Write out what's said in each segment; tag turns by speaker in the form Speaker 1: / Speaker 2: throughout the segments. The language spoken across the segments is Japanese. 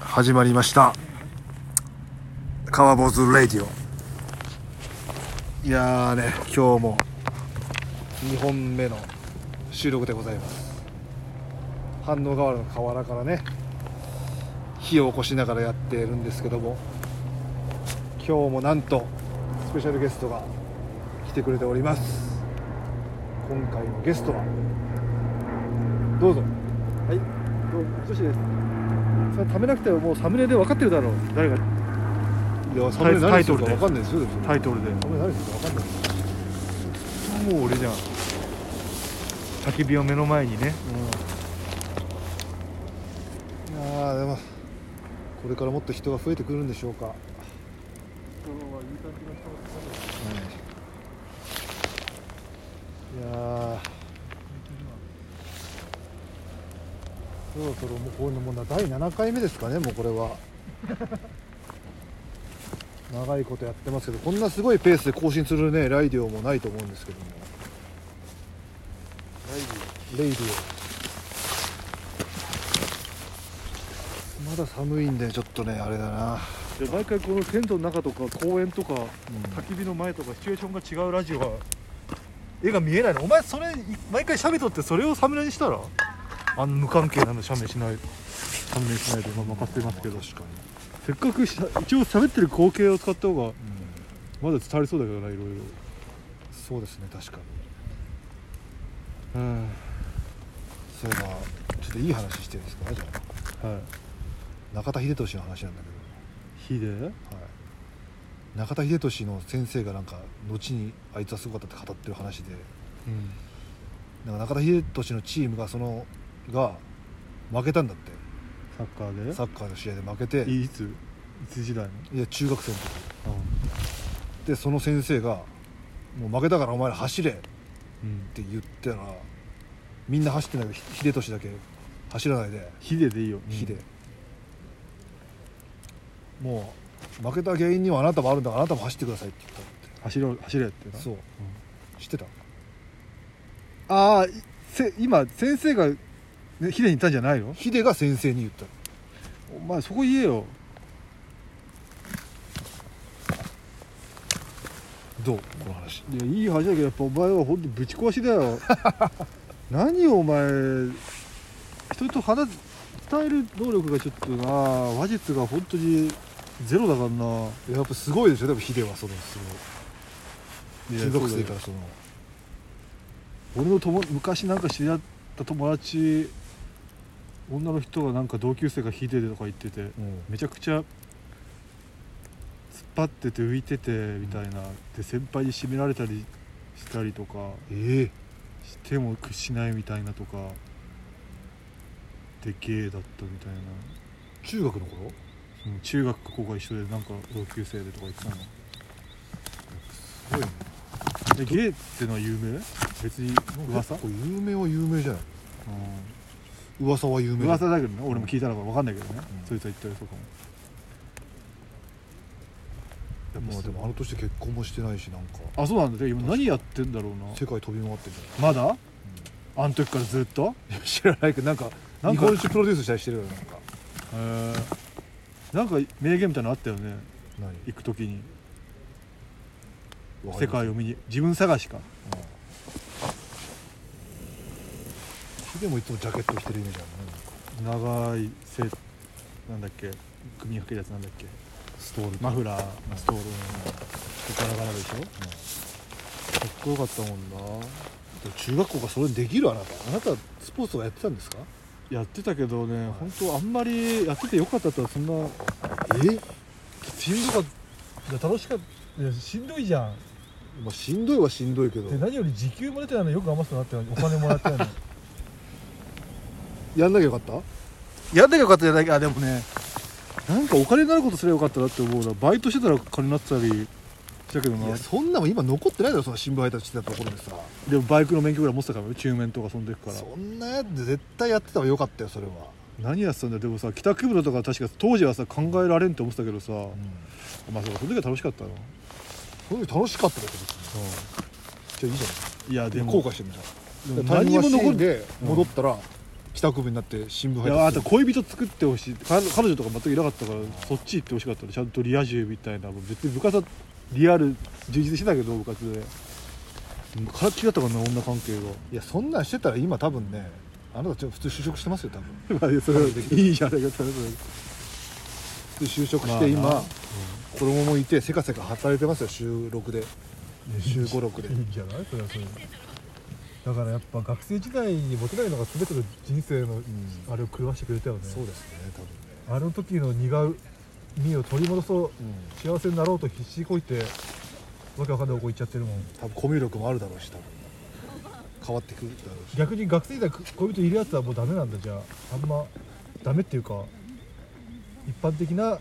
Speaker 1: 始まりました川坊主レディオいやーね今日も2本目の収録でございます反応河原の河原からね火を起こしながらやっているんですけども今日もなんとスペシャルゲストが来てくれております今回のゲストはどうぞ
Speaker 2: はい、どうも女子です。
Speaker 3: それはためなくてももうサムネで分かってるだろう誰が
Speaker 1: いやサ
Speaker 3: タイタイ
Speaker 1: す
Speaker 3: ト
Speaker 1: る
Speaker 3: ル
Speaker 1: か
Speaker 3: で
Speaker 1: 分かんないですよでも
Speaker 3: タイトルで
Speaker 1: サムネ何するか分かんないです
Speaker 3: もう俺じゃん焚き火を目の前にね
Speaker 1: うん、いやーでもこれからもっと人が増えてくるんでしょうか、い、やーそろそろもうこういうのもうな第7回目ですかねもうこれは 長いことやってますけどこんなすごいペースで更新するねライディオもないと思うんですけどもレイディオまだ寒いんでちょっとねあれだな
Speaker 3: で毎回このテントの中とか公園とか
Speaker 1: ん
Speaker 3: 焚き火の前とかシチュエーションが違うラジオは絵が見えないのお前それ毎回喋っとってそれをサムネにしたらあの無関係なの写メしないサムネにしないで今任せますけど
Speaker 1: 確かに
Speaker 3: せっかくし一応喋ってる光景を使った方がまだ伝わりそうだけどないろいろ
Speaker 1: そうですね確かに
Speaker 3: うん
Speaker 1: そういえばちょっといい話してるんですかねじゃ
Speaker 3: はい
Speaker 1: あ中田秀俊の話なんだけ
Speaker 3: 火で
Speaker 1: ど、はい、中田秀俊の先生がなんか後にあいつはすごかったって語ってる話で
Speaker 3: うん
Speaker 1: なんか中田秀俊のチームがそのが負けたんだって
Speaker 3: サッカーで
Speaker 1: サッカーの試合で負けて
Speaker 3: いいついつ時代の
Speaker 1: いや中学生の時
Speaker 3: あ
Speaker 1: でその先生が「もう負けたからお前ら走れ」
Speaker 3: うん
Speaker 1: って言ったらみんな走ってないけどひ秀俊だけ走らないで
Speaker 3: ヒデでいいよ
Speaker 1: 火で
Speaker 3: うん、
Speaker 1: もう負けた原因にはあなたもあるんだからあなたも走ってくださいって言った
Speaker 3: 走ろう走れって
Speaker 1: っ
Speaker 3: な
Speaker 1: てそうう、知ってた
Speaker 3: ああせ今先生が、ね、ヒデに言ったんじゃないの
Speaker 1: ヒデが先生に言った
Speaker 3: お前そこ言えよ
Speaker 1: どうこの話
Speaker 3: いやいい話だけどやっぱお前は本当にぶち壊しだよ何をお前人と話す伝える能力がちょっとな話術が本当にゼロだからな
Speaker 1: やっぱすごいでしょでもヒデはそのその中学生からその
Speaker 3: 俺の友昔なんか知り合った友達女の人がなんか同級生がヒデでとか言ってて
Speaker 1: うん
Speaker 3: めちゃくちゃ突っ張ってて浮いててみたいなで先輩に締められたりしたりとか
Speaker 1: ええ
Speaker 3: しても屈しないみたいなとかでゲイだったみたいな
Speaker 1: 中学の頃
Speaker 3: その中学か高校が一緒でなんか同級生でとか言ってたの
Speaker 1: すごいね
Speaker 3: でゲイってのは有名別に噂、
Speaker 1: 結構有名は有名じゃない
Speaker 3: うん
Speaker 1: 噂は有名
Speaker 3: 噂だけどね俺も聞いたのか分かんないけどね、
Speaker 1: うん
Speaker 3: そいつは言ったよそうかも
Speaker 1: だまあでもあの年で結婚もしてないしなんか
Speaker 3: あそうなんだよ今何やってんだろう
Speaker 1: 世
Speaker 3: な
Speaker 1: 界飛び回ってるじ
Speaker 3: まだあの時からずっ
Speaker 1: ゃ
Speaker 3: と
Speaker 1: んいや知らないけどなんか
Speaker 3: なん
Speaker 1: 日
Speaker 3: か
Speaker 1: 本酒プロデュースしたりしてるよねなんか
Speaker 3: へえなんか名言みたいなのあったよね
Speaker 1: 何
Speaker 3: 行く時に
Speaker 1: わかりま
Speaker 3: 世
Speaker 1: せん
Speaker 3: 界を見に自分探しか
Speaker 1: ヒデもいつもジャケット着てるイメージあるね
Speaker 3: 長いせなんだっけ首にかけるやつなんだっけ
Speaker 1: ストール
Speaker 3: マフラー
Speaker 1: うん
Speaker 3: ストールのなかなかでしょ
Speaker 1: かっこよかったもんなでも中学校がそれできるあなたあなたスポーツとかやってたんですか
Speaker 3: やってたけどね本当あんまりやっててよかったとはそんな
Speaker 1: え
Speaker 3: しんどかった楽しかったいやしんどいじゃん
Speaker 1: まあしんどいはしんどいけど
Speaker 3: で何より時給も出てないのよく余すなってお金もらってな いの
Speaker 1: やんなきゃよかった
Speaker 3: やんなきゃよかったじゃないかでもねなんかお金になることすればよかったなって思うなバイトしてたら金になってたりしたけど
Speaker 1: い
Speaker 3: な
Speaker 1: やそんなもん今残ってないだろその新聞配達してたところでさ
Speaker 3: でもバイクの免許ぐらい持ってたからね中免とかその時から
Speaker 1: そんなやつで絶対やってた方がよかったよそれは、
Speaker 3: 何やってたんだよでもさ帰宅部だとか確か当時はさ考えられんって思ってたけどさ、
Speaker 1: うん、
Speaker 3: まあそうかその時は楽しかったな
Speaker 1: そういうの楽しかったけど別にじゃあいいじゃない
Speaker 3: いやでも
Speaker 1: 後悔してるじゃん
Speaker 3: でも
Speaker 1: 何
Speaker 3: 何
Speaker 1: も
Speaker 3: も
Speaker 1: 残
Speaker 3: 残
Speaker 1: る
Speaker 3: る
Speaker 1: で戻ったら、下首になって新聞
Speaker 3: い
Speaker 1: 入
Speaker 3: やあ
Speaker 1: って
Speaker 3: と恋人作ってほしい彼彼女とか全くいなかったからそっち行ってほしかったねちゃんとリア充みたいなもう別に部活はリアル充実してたけど部活でからっきりだったからな女関係
Speaker 1: いやそんなんしてたら今多分ねあなたちょ普通就職してますよ多分
Speaker 3: がまあそれはいいじゃないかそれは
Speaker 1: 普通就職し
Speaker 3: まあ
Speaker 1: て
Speaker 3: な
Speaker 1: 今、
Speaker 3: うん
Speaker 1: 子供もいてせかせか働いてますよ週6で 週56で
Speaker 3: いいんじゃないそれはそれだからやっぱ学生時代にモテないのが全ての人生のあれを狂わしてくれたよね、
Speaker 1: そうですね多分ね
Speaker 3: あの時の苦みを取り戻そう、幸せになろうと必死こいてわけわかんない方向行っちゃってるもん
Speaker 1: 多分コミュ力もあるだろうし多分変わってくるだろうし
Speaker 3: 逆に学生時代恋人いるやつはもうダメなんだじゃああんまダメっていうか一般的な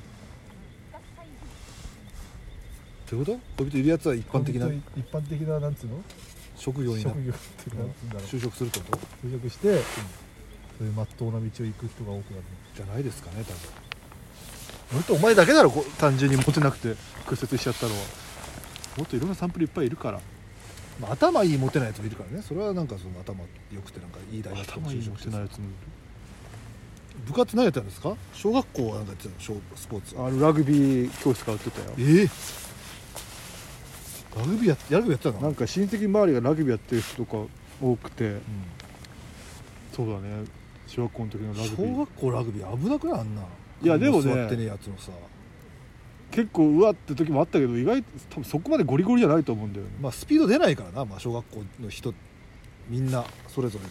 Speaker 1: ということ恋人いるやつは一般的な
Speaker 3: 恋人一般的ななんつうの
Speaker 1: 職業にな
Speaker 3: 職業っていうかなんつうんだろう
Speaker 1: 就職するってこと
Speaker 3: 就職して、そういう真っ当な道を行く人が多くなる
Speaker 1: じゃないですかね多分
Speaker 3: 俺とお前だけだろこう単純にモテなくて屈折しちゃったのはもっといろんなサンプルいっぱいいるから
Speaker 1: まあ、頭いいモテないやつもいるからねそれはなんかその頭良くてなんかいい大学とか
Speaker 3: 頭
Speaker 1: 就
Speaker 3: いいモ
Speaker 1: 職して
Speaker 3: テない
Speaker 1: る
Speaker 3: やつもい
Speaker 1: 部活何やってたんですか小学校はなんかやってたの小スポーツ
Speaker 3: るあのラグビー教室通ってたよ
Speaker 1: ええラグビーややるやってたの
Speaker 3: なんか親戚周りがラグビーやってる人とか多くて
Speaker 1: う
Speaker 3: そうだね小学校の時のラグビ
Speaker 1: ん、小
Speaker 3: ー
Speaker 1: 学校ラグビー危なくないあんない
Speaker 3: やでもね
Speaker 1: 座ってねえやつのさ
Speaker 3: 結構うわって時もあったけど意外と多分そこまでゴリゴリじゃないと思うんだよね、
Speaker 1: まあスピード出ないからな、まあ、小学校の人みんなそれぞれ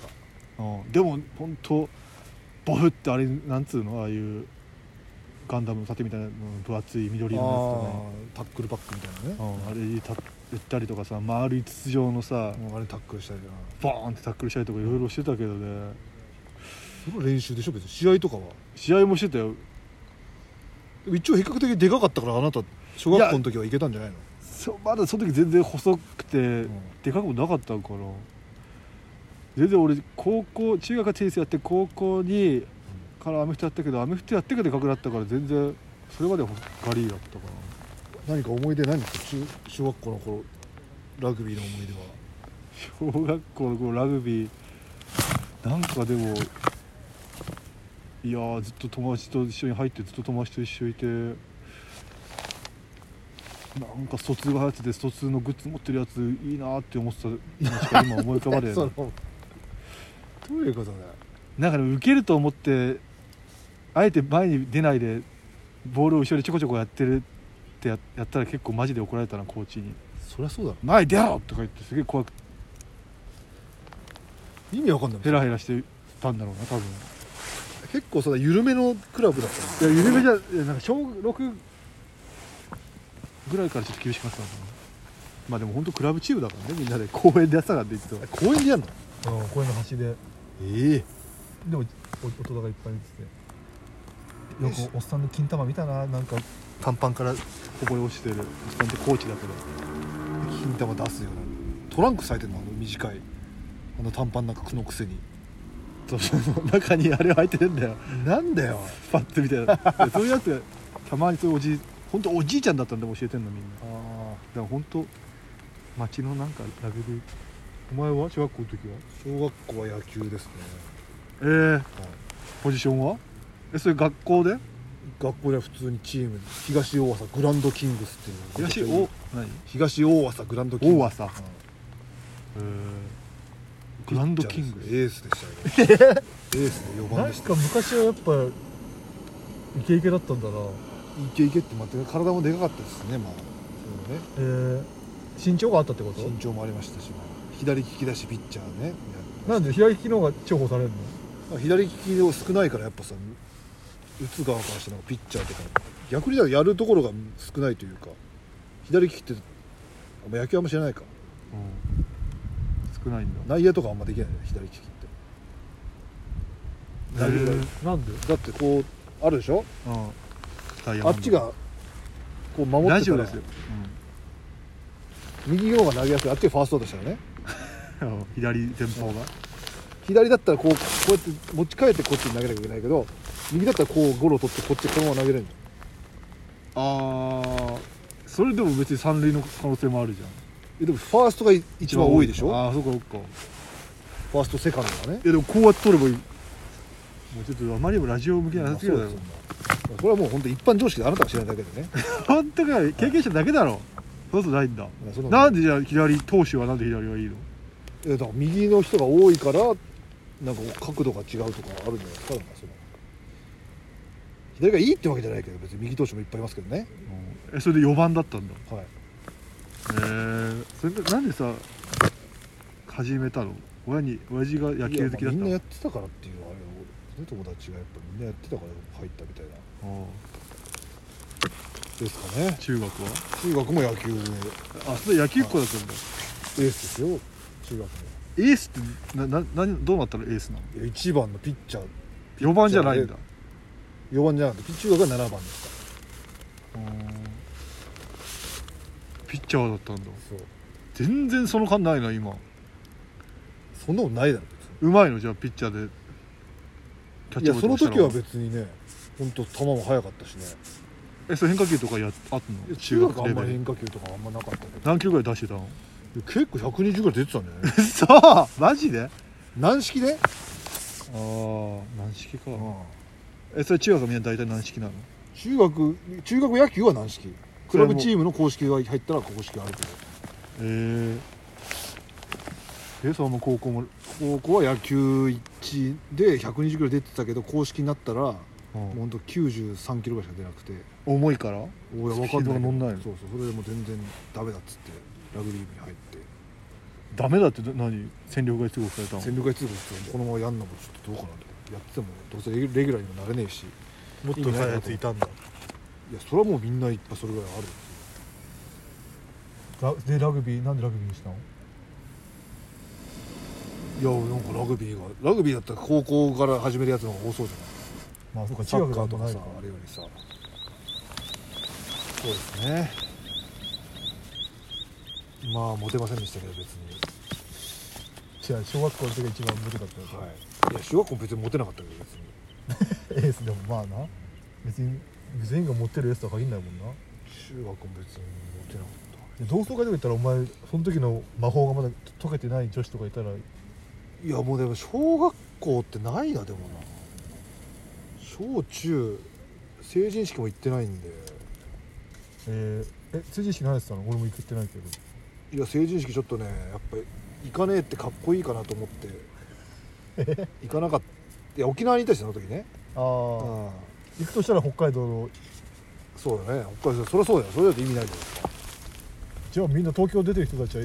Speaker 1: が
Speaker 3: うん、でも本当ボフってあれなんつうのああいうガンダムの盾みたいなの分厚い緑色の
Speaker 1: あー
Speaker 3: やつとかね
Speaker 1: タックルバックみたいなね、
Speaker 3: うんあれにた打ったりとかさ丸い筒状のさ
Speaker 1: もうあれタックルしたりな
Speaker 3: ボーンってタックルしたりとかいろいろしてたけどね
Speaker 1: その練習でしょ別に試合とかは
Speaker 3: 試合もしてたよ
Speaker 1: でも一応比較的でかかったからあなた小学校の時はいけたんじゃない の
Speaker 3: そまだその時全然細くて、
Speaker 1: ん
Speaker 3: でかくもなかったから全然俺高校中学はテニスやって高校にからアメフトやったけどアメフトやってからでかくなったから全然それまではガリーだったかな
Speaker 1: 何か思い出何か中小学校の頃ラグビーの思い出は
Speaker 3: 小学校の頃ラグビーなんかでもいやーずっと友達と一緒に入ってずっと友達と一緒にいてなんか疎通が流行ってて疎通のグッズ持ってるやついいなーって思ってた今しか今思い浮かばね え
Speaker 1: そ
Speaker 3: な
Speaker 1: のどういうことだよ
Speaker 3: なんかね受けると思ってあえて前に出ないでボールを後ろでちょこちょこやってるってややったら結構マジで怒られたなコーチに
Speaker 1: そりゃそうだろ
Speaker 3: 「前出ろ!」とか言ってすげえ怖くて
Speaker 1: 意味わかんない
Speaker 3: ヘラヘラしてたんだろうな多分
Speaker 1: 結構そうだ緩めのクラブだったの
Speaker 3: いや緩めじゃいやなんか小6ぐらいからちょっと厳しくなったのかなまあでも本当クラブチームだからねみんなで公園でやってたからって言って
Speaker 1: 公園でやんの
Speaker 3: た公園の端で
Speaker 1: ええ
Speaker 3: でも大人がいっぱいいててよくおっさんの金玉見たななんか
Speaker 1: 短パンから
Speaker 3: こぼれ落ちてるおっさんってコーチだけど
Speaker 1: 金玉出すようなトランク咲いてんのあの短いあの短パンなんかくのくせに
Speaker 3: そうそうそう中にあれ入ってるんだよ
Speaker 1: なんだよ
Speaker 3: パッてみたいなそういうやつがたまにそういうおじい本当おじいちゃんだったんで教えてんのみんなだか
Speaker 1: あ
Speaker 3: ら本当町のなんかラグビーお前は小学校の時は
Speaker 1: 小学校は野球ですね、
Speaker 3: ええポジションはえそれ学校で
Speaker 1: 学校では普通にチームに東大浅グランドキングスっていうのが
Speaker 3: 東お何
Speaker 1: 東大浅グランドキング
Speaker 3: 大浅、うんグランドキング
Speaker 1: エースでしたよ、ね、エースで4番でした
Speaker 3: 昔はやっぱイケイケだったんだない
Speaker 1: けいけって待って体もでかかったですねまあそうね
Speaker 3: え身長があったってこ
Speaker 1: 身長もありましたし、まあ左利きだしピッチャーね
Speaker 3: なんで左利きの方が重宝されるの
Speaker 1: まあ左利きを少ないからやっぱさ打つ側からしてなんかピッチャーとか逆にだからやるところが少ないというか左利きってあんま野球あんま知らないか
Speaker 3: 少ないんだ
Speaker 1: 内野とかあんまできないね左利きって
Speaker 3: な
Speaker 1: 内野が
Speaker 3: なんで、
Speaker 1: だってこうあるでしょあっちがこう守
Speaker 3: ラ
Speaker 1: って
Speaker 3: ジ
Speaker 1: た
Speaker 3: オで
Speaker 1: ら
Speaker 3: すよ、
Speaker 1: 右の方が投げやすいあっちがファーストでしたよね
Speaker 3: うん、左前方が
Speaker 1: 左だったらこうこうやって持ち替えてこっちに投げなきゃいけないけど右だったらこうゴロを取ってこっちこのまま投げれるの
Speaker 3: ああそれでも別に三塁の可能性もあるじゃん
Speaker 1: えでもファーストがい一番多いでしょ
Speaker 3: ああそっかそっか
Speaker 1: ファーストセカンドがね
Speaker 3: いやでもこうやって取ればいいもうちょっとあまりにもラジオ向きなさすぎるだろ
Speaker 1: まあそうですよこれはもう本当一般常識であなたが知らないだけ でね
Speaker 3: 本当かよ経験者だけだろそうそうないんだ
Speaker 1: いやそんなこと
Speaker 3: なんでじゃあ左投手はなんで左がいいの
Speaker 1: いやだから右の人が多いからなんか角度が違うとかあるんじゃないですかなんかその左がいいってわけじゃないけど別に右投手もいっぱいいますけどね、
Speaker 3: えそれで4番だったんだ
Speaker 1: はい、
Speaker 3: えー、それでなんでさ始めたの親に親父が野球好きだっ
Speaker 1: いやまあ
Speaker 3: た
Speaker 1: みん
Speaker 3: の
Speaker 1: なやってたからっていうあれを、ね、友達がやっぱみんなやってたから入ったみたいな
Speaker 3: あ
Speaker 1: ですかね
Speaker 3: あ中学は
Speaker 1: 中学も野球エ
Speaker 3: あそれ野球っ子だったんだ
Speaker 1: ースですよ中学も
Speaker 3: エースってなな何どうなったらエースなの
Speaker 1: いや一番のピッチャー
Speaker 3: 4番じゃないん
Speaker 1: じ
Speaker 3: だ
Speaker 1: ゃ4番じゃなくて中学が7番ですか
Speaker 3: ピッチャーだったんだ
Speaker 1: らそう
Speaker 3: 全然その感ないな今
Speaker 1: そんなことないだろ
Speaker 3: うまいのじゃあピッチャーでキャ
Speaker 1: 別
Speaker 3: ッ
Speaker 1: にい
Speaker 3: チ
Speaker 1: やその
Speaker 3: ボールとかしたら
Speaker 1: 時は別にね本当球も速かったしね
Speaker 3: えそれ変化球とかやっあった
Speaker 1: いや
Speaker 3: の
Speaker 1: 中学あんまり
Speaker 3: レベ
Speaker 1: 変
Speaker 3: ル
Speaker 1: 化球とかあんまなかったけど
Speaker 3: 何球ぐらい出してたの
Speaker 1: いや結構120ぐらい出てたね
Speaker 3: そうマジであ
Speaker 1: 軟式で、
Speaker 3: あ軟式かえそれ中学はみんな大体軟式なの
Speaker 1: 中学中学野球は軟式クラブチームの公式が入ったら公式あるけど
Speaker 3: えー、えその高校も、
Speaker 1: 高校は野球1で120キロ出てたけど公式になったらも
Speaker 3: う
Speaker 1: うほんと93キロぐらいしか出なくて
Speaker 3: 重いから
Speaker 1: おいや分かんない
Speaker 3: スピードが乗んないの
Speaker 1: そうそうそれでもう全然ダメだっつってラグビー部に入って
Speaker 3: ダメだって何戦力外通告されたの
Speaker 1: 戦力外通告してこのままやんのもちょっとどうかなとやっててもどうせレギュラーにもなれねえし
Speaker 3: も
Speaker 1: 意味ないなと思って
Speaker 3: たんだ
Speaker 1: いやそれはもうみんないっぱいそれぐらいある
Speaker 3: ラでラグビーなんでラグビーにしたの
Speaker 1: いやなんかラグビーがラグビーだったら高校から始めるやつの方が多そうじ
Speaker 3: まあそっ
Speaker 1: ゃな
Speaker 3: か
Speaker 1: い
Speaker 3: 中
Speaker 1: サッ
Speaker 3: 学
Speaker 1: カ
Speaker 3: だ
Speaker 1: ーと
Speaker 3: と
Speaker 1: か
Speaker 3: ない
Speaker 1: さ
Speaker 3: か
Speaker 1: あれよりさそうですねまあモテませんでしたけど別に
Speaker 3: 違う小学校の時が一番難かったよ
Speaker 1: はいいや小学校別にモテなかったけど別に
Speaker 3: エースでもまあな別に全員が持ってるエースとは限らないもんな
Speaker 1: 中学も別にモテなかっ
Speaker 3: で同窓会とか行ったらお前その時の魔法がまだ解けてない女子とかいたら
Speaker 1: たいやもうでも小学校ってないなでもな小中成人式も行ってないんで
Speaker 3: えー、え成人式何やってたの俺も行ってないけど
Speaker 1: いや成人式ちょっとねやっぱり行かねえってかっこいいかなと思って 行かなかったいや沖縄にいたしその時ねう
Speaker 3: あ
Speaker 1: ん
Speaker 3: あ行くとしたら北海道の
Speaker 1: そうだね北海道そりゃそうだよそれだと意味ないじゃないですか
Speaker 3: じゃあみんな東京出てる人たちは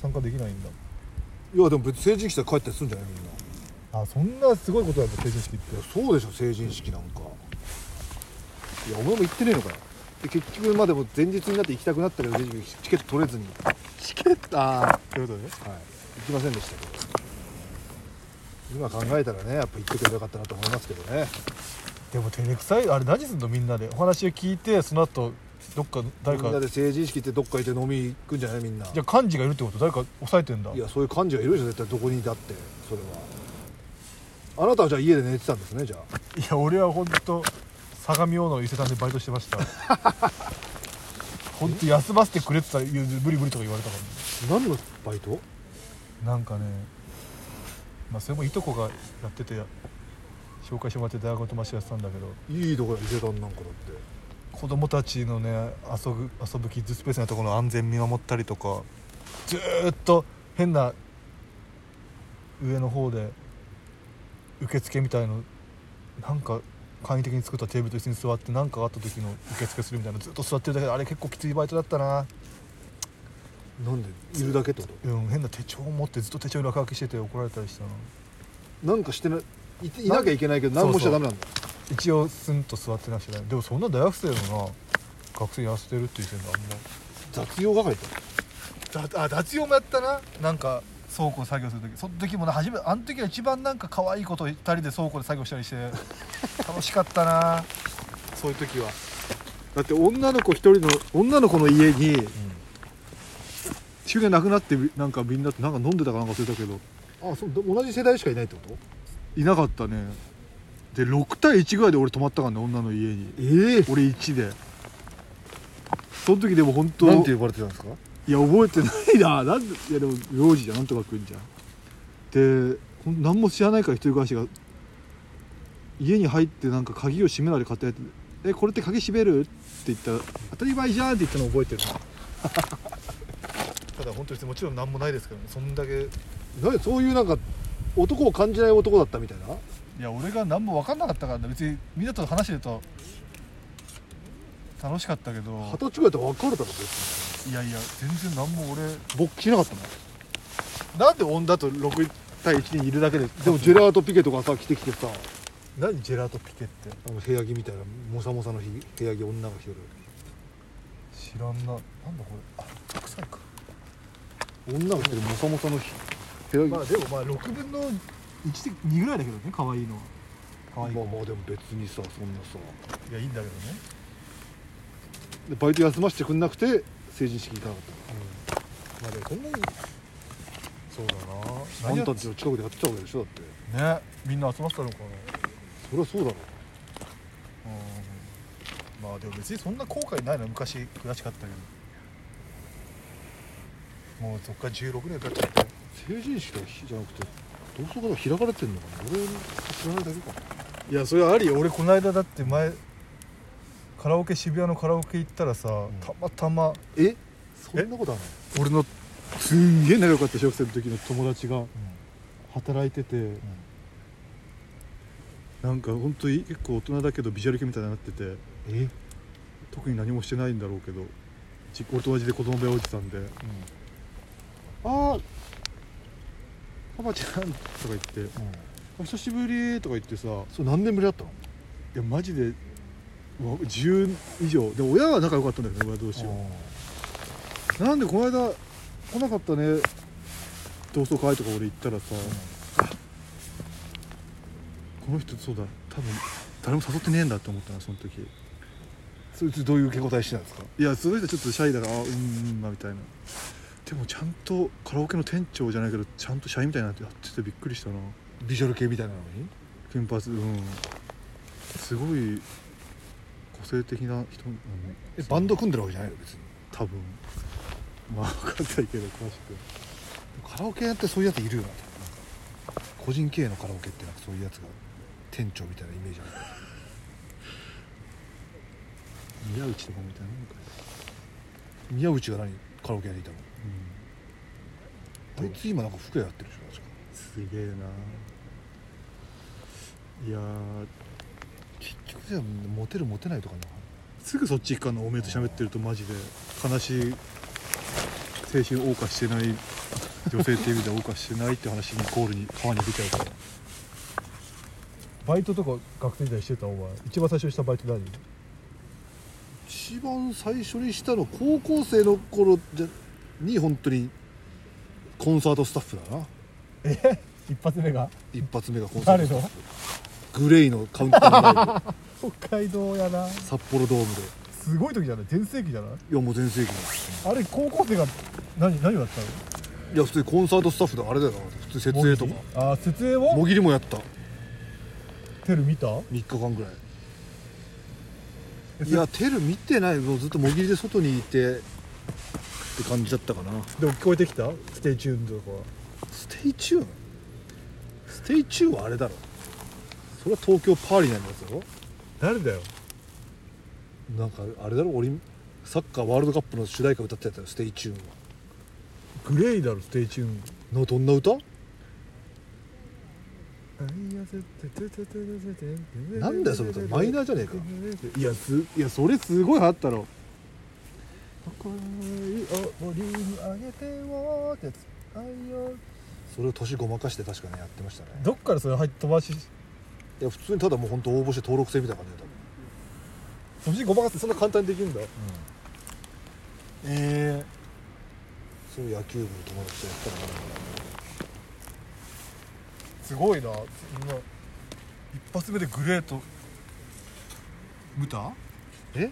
Speaker 3: 参加できないんだ
Speaker 1: いやでも別に成人式したら帰ったりするんじゃないみんない
Speaker 3: あそんなすごいことなんだ成人式って
Speaker 1: やそうでしょ成人式なんかいやお前も行ってねえのかよで結局まあでも前日になって行きたくなったけど前日にチケット取れずにはい
Speaker 3: チケットああということね
Speaker 1: 行きませんでしたけど今考えたらねやっぱ行ってくればよかったなと思いますけどね
Speaker 3: でも照れくさいあれ何すんのみんなでお話を聞いてその後どっか誰
Speaker 1: みんな
Speaker 3: か
Speaker 1: で成人式ってどっか行って飲み行くんじゃないみんな
Speaker 3: じゃあ幹事がいるってこと誰か抑えてんだ
Speaker 1: いやそういう感じがいるでしょ絶対どこにだってそれはあなたはじゃあ家で寝てたんですねじゃあ
Speaker 3: いや俺は本当相模大野伊勢丹でバイトしてました本当休ませてくれって言ったらいや無理無理とか言われたか
Speaker 1: 何のバイト
Speaker 3: らなんかねまあそれもいとこがやってて紹介してもらって大学の友達がやってたんだけど
Speaker 1: いいとこだ伊勢丹なんかだって
Speaker 3: 子供たちのね遊ぶ遊ぶキッズスペースのところの安全見守ったりとかずーっと変な上の方で受付みたいのなんか簡易的に作ったテーブルと椅子に座って何かあった時の受付するみたいなずっと座ってるだけであれ結構きついバイトだったな、
Speaker 1: なんでいるだけってこ
Speaker 3: うん、変な手帳を持ってずっと手帳に落書きしてて怒られたりしたな
Speaker 1: となんかしてないいていなきゃいけないけど
Speaker 3: なん
Speaker 1: 何もしちゃダメなんだ
Speaker 3: 一応スンと座ってなくちゃいけないでもそんな大学生のな学生やらせてるっていう点であんま
Speaker 1: 雑用係って
Speaker 3: だあ脱用もやったななんか倉庫作業する時その時もな初めあの時は一番なんか可愛いこと2人で倉庫で作業したりして 楽しかったな
Speaker 1: そういう時は
Speaker 3: だって女の子一人の女の子の家に
Speaker 1: う
Speaker 3: 終電なくなってなんかみんななんか飲んでたかなんか忘れたけど
Speaker 1: んあそうど同じ世代しかいないってこと
Speaker 3: いなかったねで6対1ぐらいで俺泊まったからね女の家に
Speaker 1: ええ
Speaker 3: 俺1でその時でも本当
Speaker 1: なんて呼ばれてたんですか
Speaker 3: いや覚えてないななんでいやでも幼児じゃんなんとかくんじゃんでほん何も知らないから一人暮らしが家に入ってなんか鍵を閉めないで買ったやつ「えこれって鍵閉める?」って言ったら「当たり前じゃん!」って言ったのを覚えてるな ただ本当にもちろん何もないですけどねそんだけい
Speaker 1: なんでそういうなんか男を感じない男だったみたいな
Speaker 3: や俺が何も分かんなかったからね別にみんなと話してると楽しかったけど
Speaker 1: 二十歳ぐらいだったら別れたの別
Speaker 3: いやいや全然何も俺
Speaker 1: に勃起しなかったの
Speaker 3: なんで女と6対1にいるだけで
Speaker 1: で
Speaker 3: で
Speaker 1: も
Speaker 3: も
Speaker 1: ジェラートピケとかさ着てきてさ
Speaker 3: 何ジェラートピケって
Speaker 1: あの部屋着みたいなモサモサのひ部屋着女が着てる
Speaker 3: 知らんななんだこれあ臭いか
Speaker 1: 女が着てるモサモサのひ部屋着、
Speaker 3: ま
Speaker 1: ま
Speaker 3: あでもまあ6分の1で2ぐらいだけどね可愛いのは可
Speaker 1: あ、
Speaker 3: 愛い
Speaker 1: ま
Speaker 3: 子
Speaker 1: あまあでも別にさそんなさ
Speaker 3: いやいいんだけどね
Speaker 1: でバイト休ませてくんなくて成人式行かなかっ
Speaker 3: まあでもそんなにそう
Speaker 1: た
Speaker 3: だ
Speaker 1: の
Speaker 3: な
Speaker 1: あん
Speaker 3: 何
Speaker 1: たんちの近くでやってたわけでしょだって
Speaker 3: やねみんな集まってたのかな
Speaker 1: そりゃそうだろ
Speaker 3: うんまあでも別にそんな後悔ないな昔悔しかったけどもうそっから16年経っちゃって
Speaker 1: 成人式はひじゃなくて同窓会が開かれてんのかな俺知らないだけかない
Speaker 3: やそれありよ俺この間だって前カラオケ渋谷のカラオケ行ったらさ、
Speaker 1: ん
Speaker 3: たまたま
Speaker 1: えそんなことある
Speaker 3: 俺の、
Speaker 1: すんげえ仲良かった小学生の時の友達が働いてて、
Speaker 3: なんか本当に結構大人だけどビジュアル系みたいになってて
Speaker 1: え
Speaker 3: 特に何もしてないんだろうけどじ俺と同じで子供部屋おじさんで「ああパパちゃん」とか言って「お久しぶり」とか言ってさい
Speaker 1: それ何年ぶりだったの
Speaker 3: やマジでうわ10以上で親は仲良かったんだけどね親同士は。なんでこの間来なかったね同窓会とか俺行ったらさ、この人そうだ多分誰も誘ってねえんだって思ったなその時
Speaker 1: そいつどういう受け答えしてたんですか
Speaker 3: いやその人ちょっとシャイだからあうんうんまあみたいなでもちゃんとカラオケの店長じゃないけどちゃんと社員みたいになってやっててびっくりしたな
Speaker 1: ビジュアル系みたいなのに
Speaker 3: 金髪うんすごい個性的な人なの
Speaker 1: えバンド組んでるわけじゃないの別に
Speaker 3: 多分まあ分かんないけど詳しく
Speaker 1: カラオケ屋ってそういうやついるよななんか個人経営のカラオケってなんかそういうやつが店長みたいなイメージ ある
Speaker 3: 宮内とかみたいなのか
Speaker 1: 宮内が何カラオケ屋にいたの
Speaker 3: うん
Speaker 1: あいつ今なんか服屋やってるでしょ確か
Speaker 3: すげえないやー
Speaker 1: 結局じゃあモテるモテないとかなのか
Speaker 3: すぐそっち行くかなおめえと喋ってるとマジで悲しい青春謳歌してない女性っていう意味では謳歌してないって話にイコールに川に出ちゃうからバイトとか学生時代してたお前一番最初にしたバイト何
Speaker 1: 一番最初にしたの高校生の頃じゃに本当にコンサートスタッフだな
Speaker 3: 一発目が
Speaker 1: 一発目がコンサートスタッ
Speaker 3: 誰
Speaker 1: フグレイのカウンターのライ
Speaker 3: 北海道やな
Speaker 1: ブ札幌ドームです
Speaker 3: ごい時じゃない全盛期じゃない
Speaker 1: いやもう全盛期だ
Speaker 3: あれ高校生が何何をやったの
Speaker 1: いや普通にコンサートスタッフだあれだよな普通に設営とか
Speaker 3: あ設営を
Speaker 1: もぎりもやった
Speaker 3: テル見た
Speaker 1: 3日間ぐらいいやテル見てないもうずっともぎりで外にいてって感じだったかな
Speaker 3: でも聞こえてきたステイチューンとか
Speaker 1: ステイチューンステイチューンはあれだろそれは東京パーリーなんやつだろ
Speaker 3: 誰だよ
Speaker 1: なんかあれだろオリンサッカーワールドカップの主題歌歌ってたやつだよステイチューンは
Speaker 3: グレイだろステイチューン
Speaker 1: のどんな歌
Speaker 3: なんだよその歌マイナーじゃねえか
Speaker 1: いやすいやそれすごい流行ったろそれを年ごまかして確かねやってましたね
Speaker 3: どっからそれ入って飛ばし
Speaker 1: いや普通にただもう本当応募して登録制みたいな感じだった
Speaker 3: 飛ばしごまかすそんな簡単にできるんだ、え
Speaker 1: そう野球部の友達とやったのか
Speaker 3: ー、すごいなそんな一発目でグレーとムタ
Speaker 1: なえ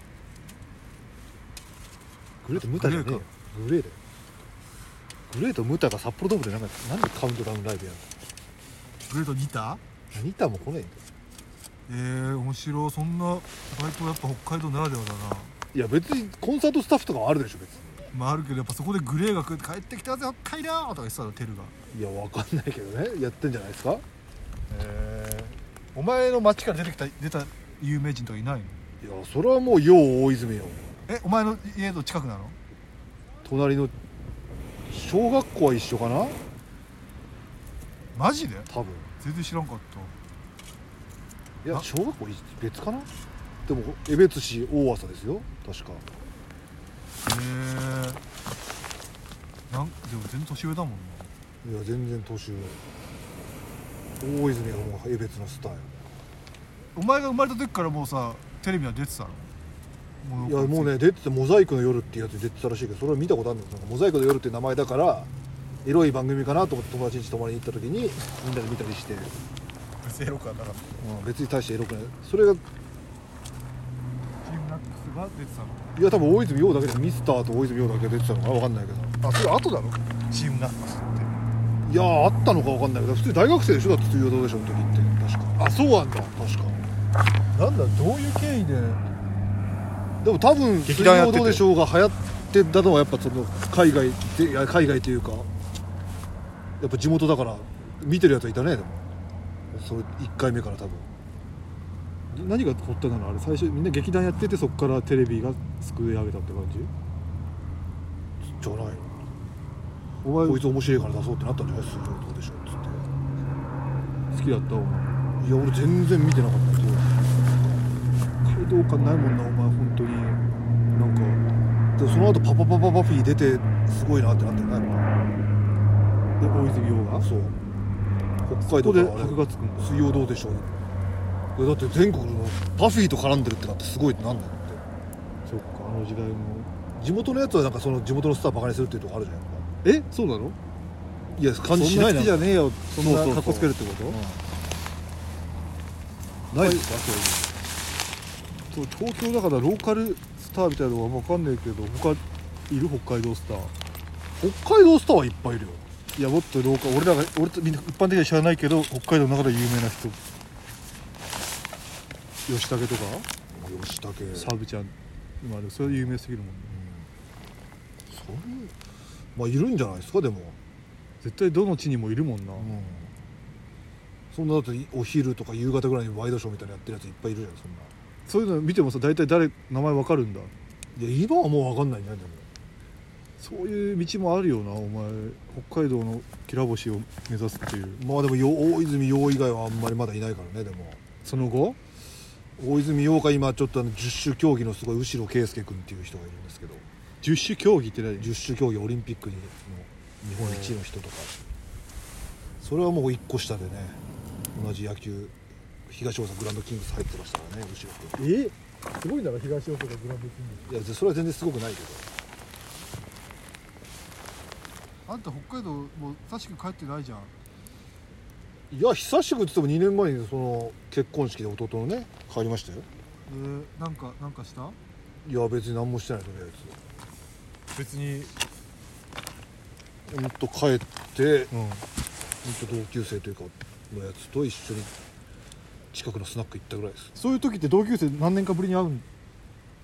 Speaker 1: グレートムタじゃねえよグレーだよグレートムタが札幌ドームでなんかなんでカウントダウンライブやる
Speaker 3: グレーとギター
Speaker 1: の何タも来ないんだよ
Speaker 3: えー、面白いそんなバイトはやっぱ北海道ならではだない
Speaker 1: や別にコンサートスタッフとかはあるでしょ別
Speaker 3: まああるけどやっぱそこでグレーが食って帰ってきたぜ北海道とか言ってたのテルが
Speaker 1: にいやわかんないけどねやってんじゃないですか
Speaker 3: え
Speaker 4: お前の町から出てきた出た有名人とかいないの
Speaker 1: いやそれはもうよう大泉よ
Speaker 4: えお前の家の近くなの
Speaker 1: 隣の小学校は一緒かな
Speaker 4: マジで
Speaker 1: 多分
Speaker 4: 全然知らんかっ
Speaker 1: いや
Speaker 4: あ
Speaker 1: 小学校い別かなでも江別市大朝ですよ確か
Speaker 4: たへえなんでも全然年上だもんない
Speaker 1: や全然年上大泉がもう江別のスタイ
Speaker 4: お前が生まれた時からもうさテレビは出てたの
Speaker 1: ル
Speaker 4: 物心
Speaker 1: いやもうね出てて「モザイクの夜」っていうやつ出てたらしいけどそれは見たことあるんですよモザイクの夜」っていう名前だからエロい番組かなと思って友達に泊まりに行った時にみんなで見たりして、
Speaker 4: ゼロかなかっ
Speaker 1: うん別に大してエロくないそれが
Speaker 4: たキムナックスが出てたの
Speaker 1: いや多分大泉洋だけでミスターと大泉洋だけ出てたのかな分かんないけど
Speaker 4: あそれ後だろチームナックスって
Speaker 1: いやーあったのか分かんないけど普通に大学生でしょだって水曜どうでしょうの時って確かあそうなんだ確か
Speaker 4: なんだどういう経緯で
Speaker 1: でも多分
Speaker 4: 劇
Speaker 1: 水
Speaker 4: 団やって
Speaker 1: 曜
Speaker 4: て
Speaker 1: どうでしょうが流行ってたのはやっぱその海外でいや海外というかやっぱ地元だから見てるやつはいたねでもそれ1回目から多分
Speaker 3: 何が発端なのあれ最初みんな劇団やっててそこからテレビがすくい上げたって感じ
Speaker 1: じゃない
Speaker 3: お
Speaker 1: こ
Speaker 3: 前
Speaker 1: いつ面白いから出そうってなったんじゃない水曜どうでしょうっつっ
Speaker 3: 好きだったお前
Speaker 1: ていや俺全然見てなかったけど
Speaker 3: 街道感ないもんなお前本当になん
Speaker 1: でもその後パパパパパフィー出てすごいなってなってないもん
Speaker 3: かで大泉洋が
Speaker 1: そう北
Speaker 3: こ
Speaker 1: 海道
Speaker 3: こで
Speaker 1: からあれ
Speaker 3: 箔がつくんだ
Speaker 1: 水曜どうでしょういやだって全国のパフィーと絡んでるってなってすごいってなんだよっ
Speaker 3: そっかあの時代の
Speaker 1: て地元のやつはなんかその地元のスターバカにするっていうとこあるじゃん
Speaker 3: えそうなの
Speaker 1: いや
Speaker 3: そ
Speaker 1: 感
Speaker 3: ん
Speaker 1: じしな
Speaker 3: ない好
Speaker 1: な
Speaker 3: きじゃねえよそんな
Speaker 1: そうそうそう
Speaker 3: 格好つけるってこと
Speaker 1: ないですかそういう
Speaker 3: そう東京だからローカルスターみたいなのは分かんないけど他いる北海道スター
Speaker 1: 北海道スターはいっぱいいるよ
Speaker 3: いやもっと廊下俺らが俺とみんな一般的には知らないけど北海道の中で有名な人吉武とか
Speaker 1: 吉武
Speaker 3: サブちゃん今あれそれ有名すぎるもんね
Speaker 1: そういうまあいるんじゃないですかでも、
Speaker 3: 絶対どの地にもいるもんな、
Speaker 1: うんそんなだってお昼とか夕方ぐらいにワイドショーみたいなのやってるやついっぱいいるじゃんそんな
Speaker 3: そういうの見てもさ大体誰名前わかるんだ
Speaker 1: いや今はもう分かんないねでも
Speaker 3: そういう道もあるよなお前北海道のきら星を目指すっていう
Speaker 1: まあでもよ大泉洋以外はあんまりまだいないからねでも
Speaker 3: その後
Speaker 1: 大泉洋が今ちょっとあの十種競技のすごい後ろ圭介君っていう人がいるんですけど
Speaker 3: 十種競技って何
Speaker 1: 十種競技オリンピックにの日本一の人とかそれはもう一個下でね同じ野球東大阪グランドキングス入ってましたからね後ろ君
Speaker 3: えすごいだろ東大阪グランドキ
Speaker 1: い
Speaker 3: ン
Speaker 1: やそれは全然すごくないけど
Speaker 4: あんた北海道もう確か帰ってないじゃん
Speaker 1: いや久しくっつっても2年前にその結婚式で弟のね帰りましたよ
Speaker 4: えー、なんかなんかした
Speaker 1: いや別に何もしてないとりあ
Speaker 4: 別に
Speaker 1: えずほんと帰って
Speaker 4: うん
Speaker 1: ほんと同級生というかのやつと一緒に近くのスナック行ったぐらいです
Speaker 3: そういう時って同級生何年かぶりに会うん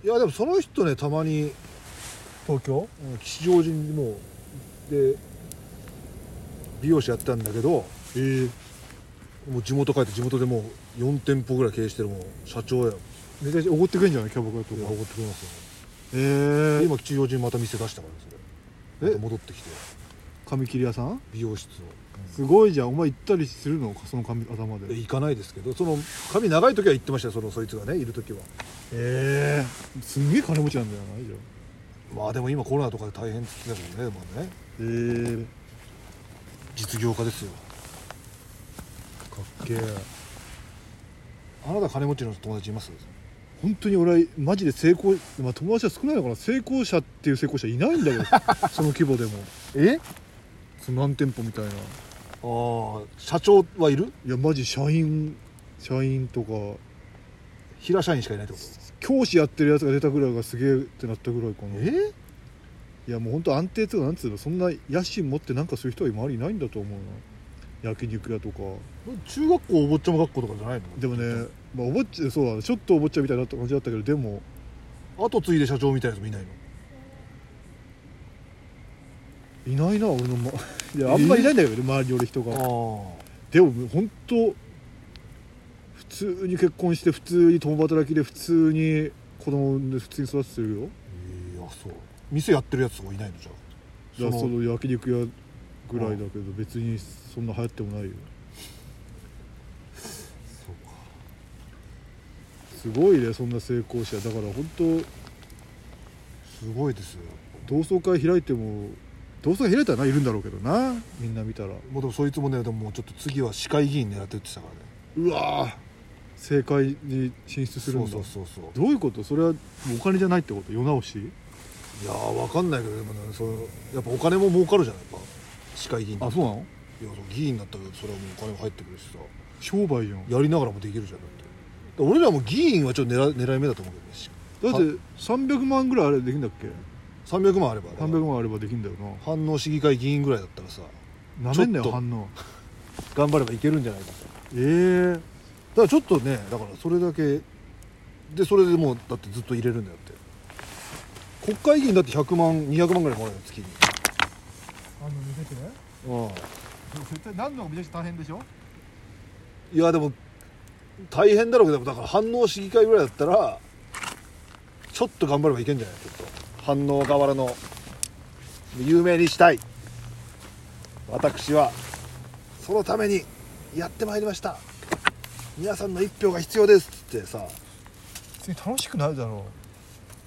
Speaker 1: いやでもその人ねたまに
Speaker 3: 東京
Speaker 1: うん吉祥寺にもうで美容師やってたんだけど
Speaker 3: えー、
Speaker 1: もう地元帰って地元でもう4店舗ぐらい経営してるもう社長や
Speaker 3: めちゃくちゃおごってくれんじゃないキャバクラと
Speaker 1: お
Speaker 3: か
Speaker 1: ごってくれますよ
Speaker 3: え
Speaker 1: で
Speaker 3: ー、
Speaker 1: 今吉祥寺にまた店出したからねそれ
Speaker 3: え
Speaker 1: また戻ってきて
Speaker 3: 髪切り屋さん
Speaker 1: 美容室を、
Speaker 3: すごいじゃんお前行ったりするのその髪頭
Speaker 1: で
Speaker 3: で
Speaker 1: 行かないですけどその髪長い時は行ってましたよそのそいつがねいる時は
Speaker 3: ええー、すんげえ金持ちなんだよなじゃあ
Speaker 1: まあでも今コロナとかで大変っつってたもんね,、まあ、ね
Speaker 3: えー、
Speaker 1: 実業家ですよ
Speaker 3: かっけえ
Speaker 1: あなた金持ちの友達います
Speaker 3: 本当に俺はマジで成功、まあ、友達は少ないのかな成功者っていう成功者いないんだ けどその規模でも
Speaker 1: え
Speaker 3: その何店舗みたいない
Speaker 1: ああ社長はいる
Speaker 3: やマジ社員社員とか
Speaker 1: 平社員しかいないってこと
Speaker 3: 教師やってるやつが出たぐらいがすげえってなったぐらいかな
Speaker 1: え
Speaker 3: いやもう本当安定とかなんつうのそんな野心持ってなんかする人は周りいないんだと思うな焼肉屋とか
Speaker 1: 中学校お坊ちゃま学校とかじゃないの
Speaker 3: でもね、まあ、お坊ちゃんそうだねちょっとお坊ちゃんみたいな感じだったけどでも
Speaker 1: 後継いで社長みたいなやつもいないの
Speaker 3: いないな俺の、 ま、いやあんまりいないんだけどね、周りに俺人が
Speaker 1: あ
Speaker 3: でも本当普通に結婚して普通に共働きで普通に子供産んで普通に育ててるよ
Speaker 1: いやそう店やってるやつがいないのじゃ
Speaker 3: だから
Speaker 1: その
Speaker 3: その焼肉屋ぐらいだけど別にそんな流行ってもないよ
Speaker 1: そうか
Speaker 3: すごいねそんな成功者だから本当
Speaker 1: すごいですよ
Speaker 3: 同窓会開いても同窓会開いたらないるんだろうけどなみんな見たら
Speaker 1: もうでもそいつもねでももうちょっと次は市会議員狙ってるって言ってたからね
Speaker 3: うわー政界に進出するんだ
Speaker 1: そうそうそうそう
Speaker 3: どういうことそれはもうお金じゃないってこと世直し
Speaker 1: いやーわかんないけどでもねそのやっぱお金も儲かるじゃないやっぱ市会議員って
Speaker 3: あそうなの
Speaker 1: いやそう議員になったけどそれはもうお金も入ってくるしさ
Speaker 3: 商売じゃん
Speaker 1: やりながらもできるじゃんだってだから俺らも議員はちょっと狙い狙い目だと思うけどねし
Speaker 3: だって300万ぐらいあれできんだっけ
Speaker 1: 300万あれば
Speaker 3: 300万あればできんだよ
Speaker 1: 反応市議会議員ぐらいだったらさ
Speaker 3: ななめんなよ
Speaker 1: ちょっと
Speaker 3: 反応
Speaker 1: 頑張ればいけるんじゃないかとだか
Speaker 3: ええー、
Speaker 1: らちょっとねだからそれだけでそれでもうだってずっと入れるんだよって国会議員だって100万200万ぐらいもらうよ月に
Speaker 5: あの見せて
Speaker 1: うん
Speaker 5: 絶対何度も見せて大変でしょ
Speaker 1: いやでも大変だろうけどだから反応市議会ぐらいだったらちょっと頑張ればいけんじゃないちょっと反応河原の有名にしたい私はそのためにやってまいりました皆さんの一票が必要ですっつってさ
Speaker 3: 別に楽しくないだろ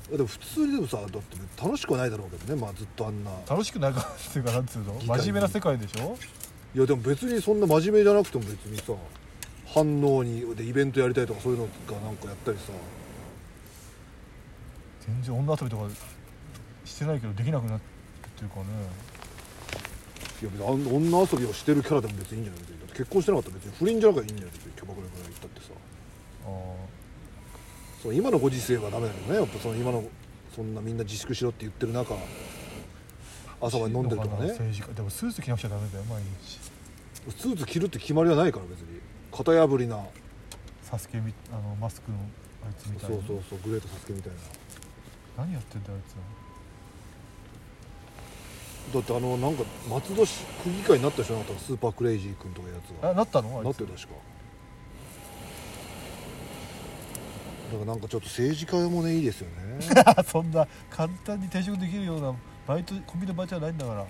Speaker 1: でも普通にでもさだって楽しくはないだろうけどねまあずっとあんな
Speaker 3: う楽しくないかっていうかなんつうの
Speaker 1: 真面目な世
Speaker 3: 界でしょ
Speaker 1: いやでも別にそんな真面目じゃなくても別にさ反応にでイベントやりたいとかそういうのがなんかやったりさ
Speaker 3: 全然女遊びとかしてないけどできなくなってるからね
Speaker 1: いや別にあん女遊びをしてるキャラでも別にいいんじゃない別にだって結婚してなかったら別に不倫じゃなきゃいいんじゃない別にキャバクラぐらい行ったってさ
Speaker 3: あ
Speaker 1: そう今のご時世はダメだけどねやっぱその今のそんなみんな自粛しろって言ってる中朝まで飲んでるとかね
Speaker 3: 政治家でもスーツ着なくちゃダメだよ毎日
Speaker 1: スーツ着るって決まりはないから別に型破りな
Speaker 3: サスケみあのマスクのあいつみたい
Speaker 1: そ
Speaker 3: な
Speaker 1: うそうそうグレートサスケみたいな
Speaker 3: 何やってんだよあいつは
Speaker 1: だってあのなんか松戸市区議会になった人なかったスーパークレイジー君とかいうやつが
Speaker 3: あなったのあ
Speaker 1: ないっ
Speaker 3: つ
Speaker 1: てる確かだからなんかちょっと政治家もねいいですよね
Speaker 3: そんな簡単に転職できるようなバイトコンビニのバイトじゃないんだから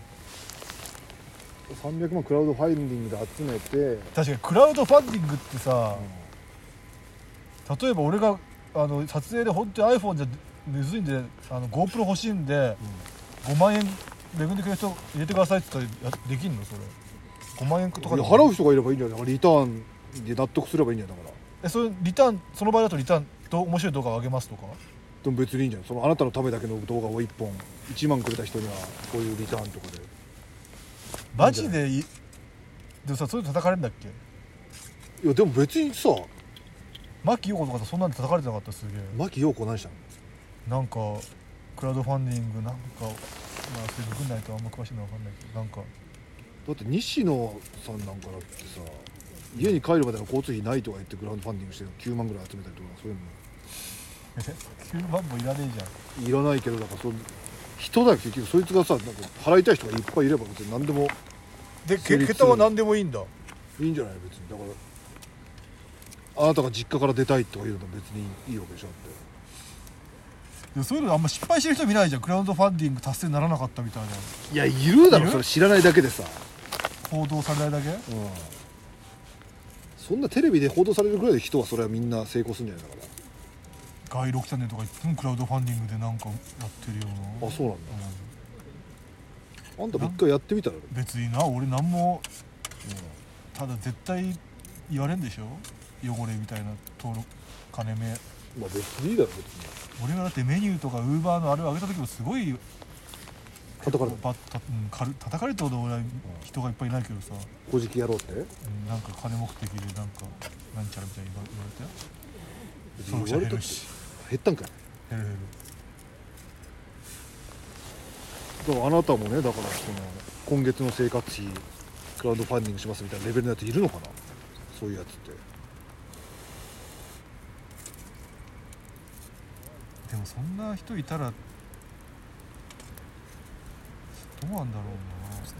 Speaker 1: 300万クラウドファインディングで集めて
Speaker 3: 確かにクラウドファンディングってさ、例えば俺があの撮影で本当に iPhone じゃむずいんであの GoPro 欲しいんで、5万円恵んでくれる人入れてくださいって言ったらやできんのそれ5万円とか
Speaker 1: い
Speaker 3: で
Speaker 1: や払う人がいればいいんじゃないだからリターンで納得すればいいんじゃないだから
Speaker 3: えそれリターンその場合だとリターンと面白い動画を上げますとか
Speaker 1: でも別にいいんじゃないそのあなたのためだけの動画を1本1万くれた人にはこういうリターンとかで
Speaker 3: マジでいでもさそういうの叩かれるんだっけ
Speaker 1: いやでも別にさ
Speaker 3: 牧陽子とかさそんなんで叩かれてなかったすげえ
Speaker 1: 牧陽子何したの
Speaker 3: なんかクラウドファンディングなんかまあそれググんないとあんま詳しいのわかんないけどなんか
Speaker 1: だって西野さんなんかだってさ家に帰るまでの交通費ないとか言ってグラウンドファンディングして9万ぐらい集めたりとかそういう
Speaker 3: え9万もいらねえじゃ
Speaker 1: のい
Speaker 3: ん
Speaker 1: らないけどだからその人だけ結局そいつがさなんか払いたい人がいっぱいいれば別に何でも
Speaker 3: で
Speaker 1: け桁は何
Speaker 3: でもいいんだ
Speaker 1: いいんじゃない別にだからあなたが実家から出たいとか言うのも別にいいわけでしょだって
Speaker 3: そういうのあんま失敗してる人見ないじゃんクラウドファンディング達成にならなかったみたいない
Speaker 1: やいるだ
Speaker 3: い
Speaker 1: ろ
Speaker 3: る
Speaker 1: それ知らないだけでさ、
Speaker 3: 報道されないだけ
Speaker 1: うん、そんなテレビで報道されるぐらいの人はそれはみんな成功するんじゃないだか
Speaker 3: 街録チャンネルとかいつもクラウドファンディングでなんかやってるよう
Speaker 1: ら
Speaker 3: な
Speaker 1: あそうなんだ
Speaker 3: う
Speaker 1: あんたも一回やってみたら
Speaker 3: ん別にな俺なんもただ絶対言われんでしょ汚れみたいな登録金目
Speaker 1: まあ別にいいだろ別に
Speaker 3: 俺がだってメニューとかウーバーのあれを上げた時もすごい
Speaker 1: 叩かれた
Speaker 3: バッたうん軽叩かれたほど俺は人がいっぱいいないけどさ、
Speaker 1: 小じきやろうって
Speaker 3: うんなんか金目的でなんかなんちゃらみたいに言わ言われたよ
Speaker 1: 言
Speaker 3: 登録者
Speaker 1: われ
Speaker 3: 減
Speaker 1: たっ
Speaker 3: る
Speaker 1: て
Speaker 3: し
Speaker 1: 減ったんかい
Speaker 3: 減る減る
Speaker 1: だからあなたもねだからその今月の生活費クラウドファンディングしますみたいなレベルのやついるのかなそういうやつって
Speaker 3: でもそんな人いたらどうなんだろ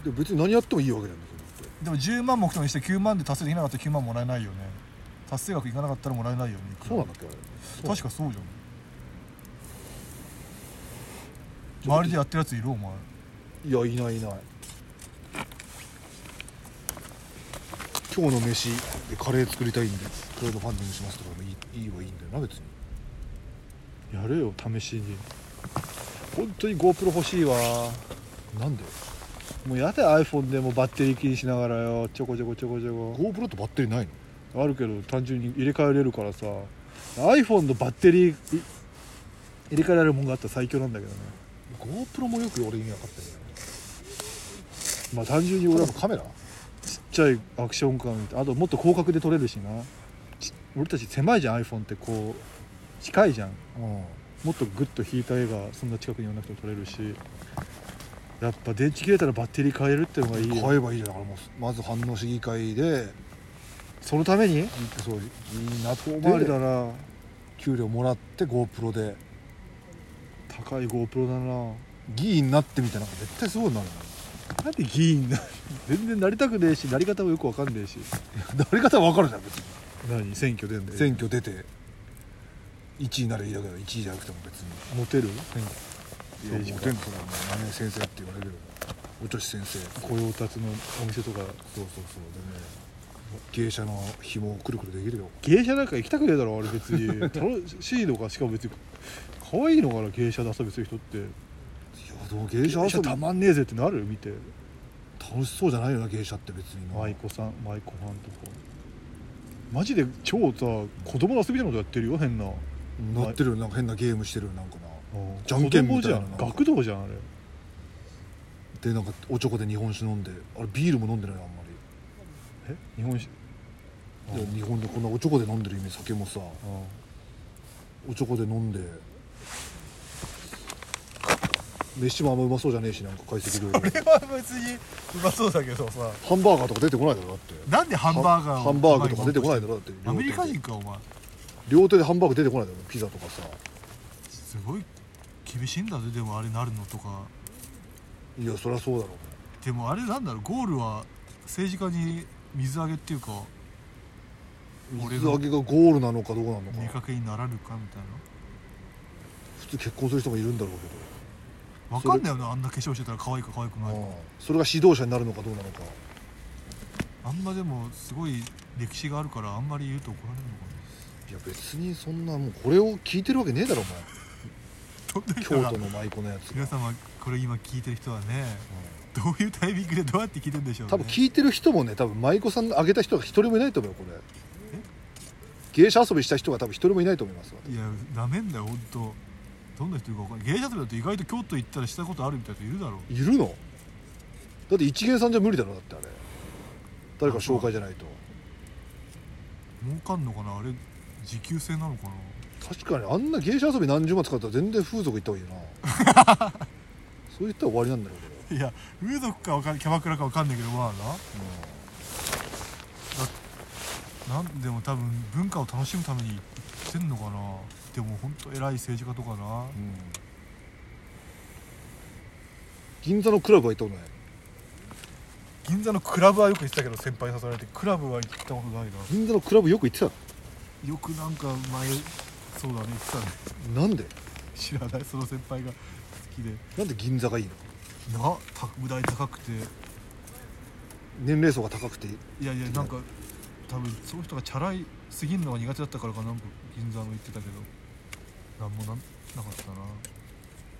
Speaker 3: う
Speaker 1: でも別に何やってもいいわけなんだけど
Speaker 3: なでも10万目標にして9万で達成できなかったら9万もらえないよね
Speaker 2: 達成額いかなかったらもらえないよねいくら
Speaker 1: そうなんだっけあれ
Speaker 2: 確かそうじゃん周りでやってるやついるお前
Speaker 1: いやいないいない今日の飯でカレー作りたいんでクラウドファンディングしますとかいいいいはいいんだよな別に
Speaker 3: やれよ試しに本当に GoPro 欲しいわ
Speaker 1: なんでよ
Speaker 3: もうやだよ iPhone でもバッテリー気にしながらよちょこちょこちょこちょ
Speaker 1: GoPro ってバッテリーないの
Speaker 3: こあるけど単純に入れ替えれるからさ iPhone のバッテリーい入れ替えられるもんがあったら最強なんだけどね
Speaker 1: GoPro もよく俺意味分かってる
Speaker 3: まあ単純に
Speaker 1: こ
Speaker 3: 俺
Speaker 1: れ
Speaker 3: は
Speaker 1: もカメラ
Speaker 3: ちっちゃいアクション感あともっと広角で撮れるしなち俺たち狭いじゃん iPhone ってこう近いじゃん
Speaker 1: うん
Speaker 3: もっとグッと引いた絵がそんな近くに寄らなくても撮れるしやっぱ電池切れたらバッテリー変えるってのがいいよ
Speaker 1: 買えばいいじゃんだからもうまず反応市議会で
Speaker 3: そのために
Speaker 1: そういいなと思わ
Speaker 3: 出
Speaker 1: れ
Speaker 3: るだ
Speaker 1: て
Speaker 3: な
Speaker 1: 給料もらって GoPro で
Speaker 3: 高い GoPro だな
Speaker 1: 議員になってみたいなのが絶対すごいなる
Speaker 3: なんで議員な全然なりたくねえしなり方もよくわかんねえし
Speaker 1: な誰方分かるじゃん別に
Speaker 3: 何選挙出んだよ
Speaker 1: 選挙出て1位ならいいだけど1位じゃなくても別に
Speaker 3: モテる
Speaker 1: 政治
Speaker 3: 政治
Speaker 1: 家
Speaker 3: 家
Speaker 1: 天ぷらも何々先生って言われるよお女子先生
Speaker 3: 御用達のお店と
Speaker 1: そうそう
Speaker 3: か
Speaker 1: そうでね芸者の紐をくるくるできるよ
Speaker 3: 芸者なんか行きたくねえだろあれ別に楽しいのかしかも別に可愛いのかな芸者で遊びする人って
Speaker 1: いやでも芸者
Speaker 3: 芸
Speaker 1: 遊
Speaker 3: 者
Speaker 1: び
Speaker 3: たまんねえぜってなる見て
Speaker 1: 楽しそうじゃないよな芸者って別にな
Speaker 3: 舞妓さん舞妓さんとかマジで超さ子供の遊びみたいなことやってるよ変な
Speaker 1: 乗ってるよなんか変なゲームしてるよなんかなじゃん
Speaker 3: 子
Speaker 1: けんみ
Speaker 3: 供
Speaker 1: たい
Speaker 3: じ
Speaker 1: な
Speaker 3: ゃん学童じゃんあれ
Speaker 1: でなんかおちょこで日本酒飲んであれビールも飲んでないよあんま
Speaker 3: え日本酒
Speaker 1: りで日本でこんなおちょこで飲んでる意味酒もさ
Speaker 3: あ
Speaker 1: おちょこで飲んで飯もあんまうまそうじゃねえしなんか解析料理
Speaker 2: これは別にうまそうだけどさ
Speaker 1: ハンバーガーとか出てこないだろだって
Speaker 2: なんでハンバーガーを
Speaker 1: ハンバーグとか出てこないだろだって
Speaker 2: アメリカ
Speaker 1: 両手
Speaker 2: 人
Speaker 1: で
Speaker 2: かお前
Speaker 1: 両手でハンバーグ出てこないだろピザとかさ
Speaker 2: すごい厳しいんだぜでもあれなるのとか
Speaker 1: いやそりゃそうだろ
Speaker 2: でもあれなんだろうゴールは政治家に水揚げっていうか俺
Speaker 1: 水
Speaker 2: が
Speaker 1: 揚げがゴールなのかどうなの
Speaker 2: 見
Speaker 1: か
Speaker 2: かけにならぬかみたい
Speaker 1: 普通結婚する人もいるんだろう
Speaker 2: なわかんないよなあんな化粧してたら可愛いか可愛く
Speaker 1: け
Speaker 2: な
Speaker 1: ど、
Speaker 2: い
Speaker 1: うん
Speaker 2: か
Speaker 1: それが指導者になるのかどうなのか
Speaker 2: あんまでもすごい歴史があるからあんまり言うと怒られるのかない
Speaker 1: や別にそんなもうこれを聞いてるわけねえだろ
Speaker 2: そん
Speaker 1: お
Speaker 2: な
Speaker 1: 前
Speaker 2: 人
Speaker 1: 京
Speaker 2: が
Speaker 1: 都の舞妓のやつが、
Speaker 2: 皆様これ今聞いてる人はね
Speaker 1: う
Speaker 2: どういうタイミングでどうやって聞いてるんでしょうんね
Speaker 1: 多分聞いてる人もね多分舞妓さんのあげた人が一人もいないと思うよこれ芸者遊びした人が多分一人もいないと思います
Speaker 2: いやなめんだよ本当どんな人いるかわかんない芸者とだって意外と京都行ったらしたことあるみたいな人いるだろ
Speaker 1: いるのだって一元さんじゃ無理だろだってあれ誰か紹介じゃないと
Speaker 2: 儲かんのかなあれ時給制なのかな
Speaker 1: 確かにあんな芸者遊び何十万使ったら全然風俗行った方がいいよなそう言ったら終わりなんだよこ
Speaker 2: いや風俗かわかんキャバクラかわかんないけどまあななんでも多分文化を楽しむために行ってんのかなでも本当偉い政治家とかな
Speaker 1: れ、うん銀座のクラブは行ったことない
Speaker 2: 銀座のクラブはよく行ってたけど先輩に誘われてクラブは行ったことないな
Speaker 1: 銀座のクラブよく行って
Speaker 2: よくなんか前そうだね言ってたね
Speaker 1: たのなんで
Speaker 2: 知らないその先輩が好きで
Speaker 1: なんで銀座がいいの
Speaker 2: なた無駄に高くて
Speaker 1: 年齢層が高くて
Speaker 2: いやいやなんか多分その人がチャラいすぎるのが苦手だったからかなんか銀座も行ってたけどなんもなんなかったな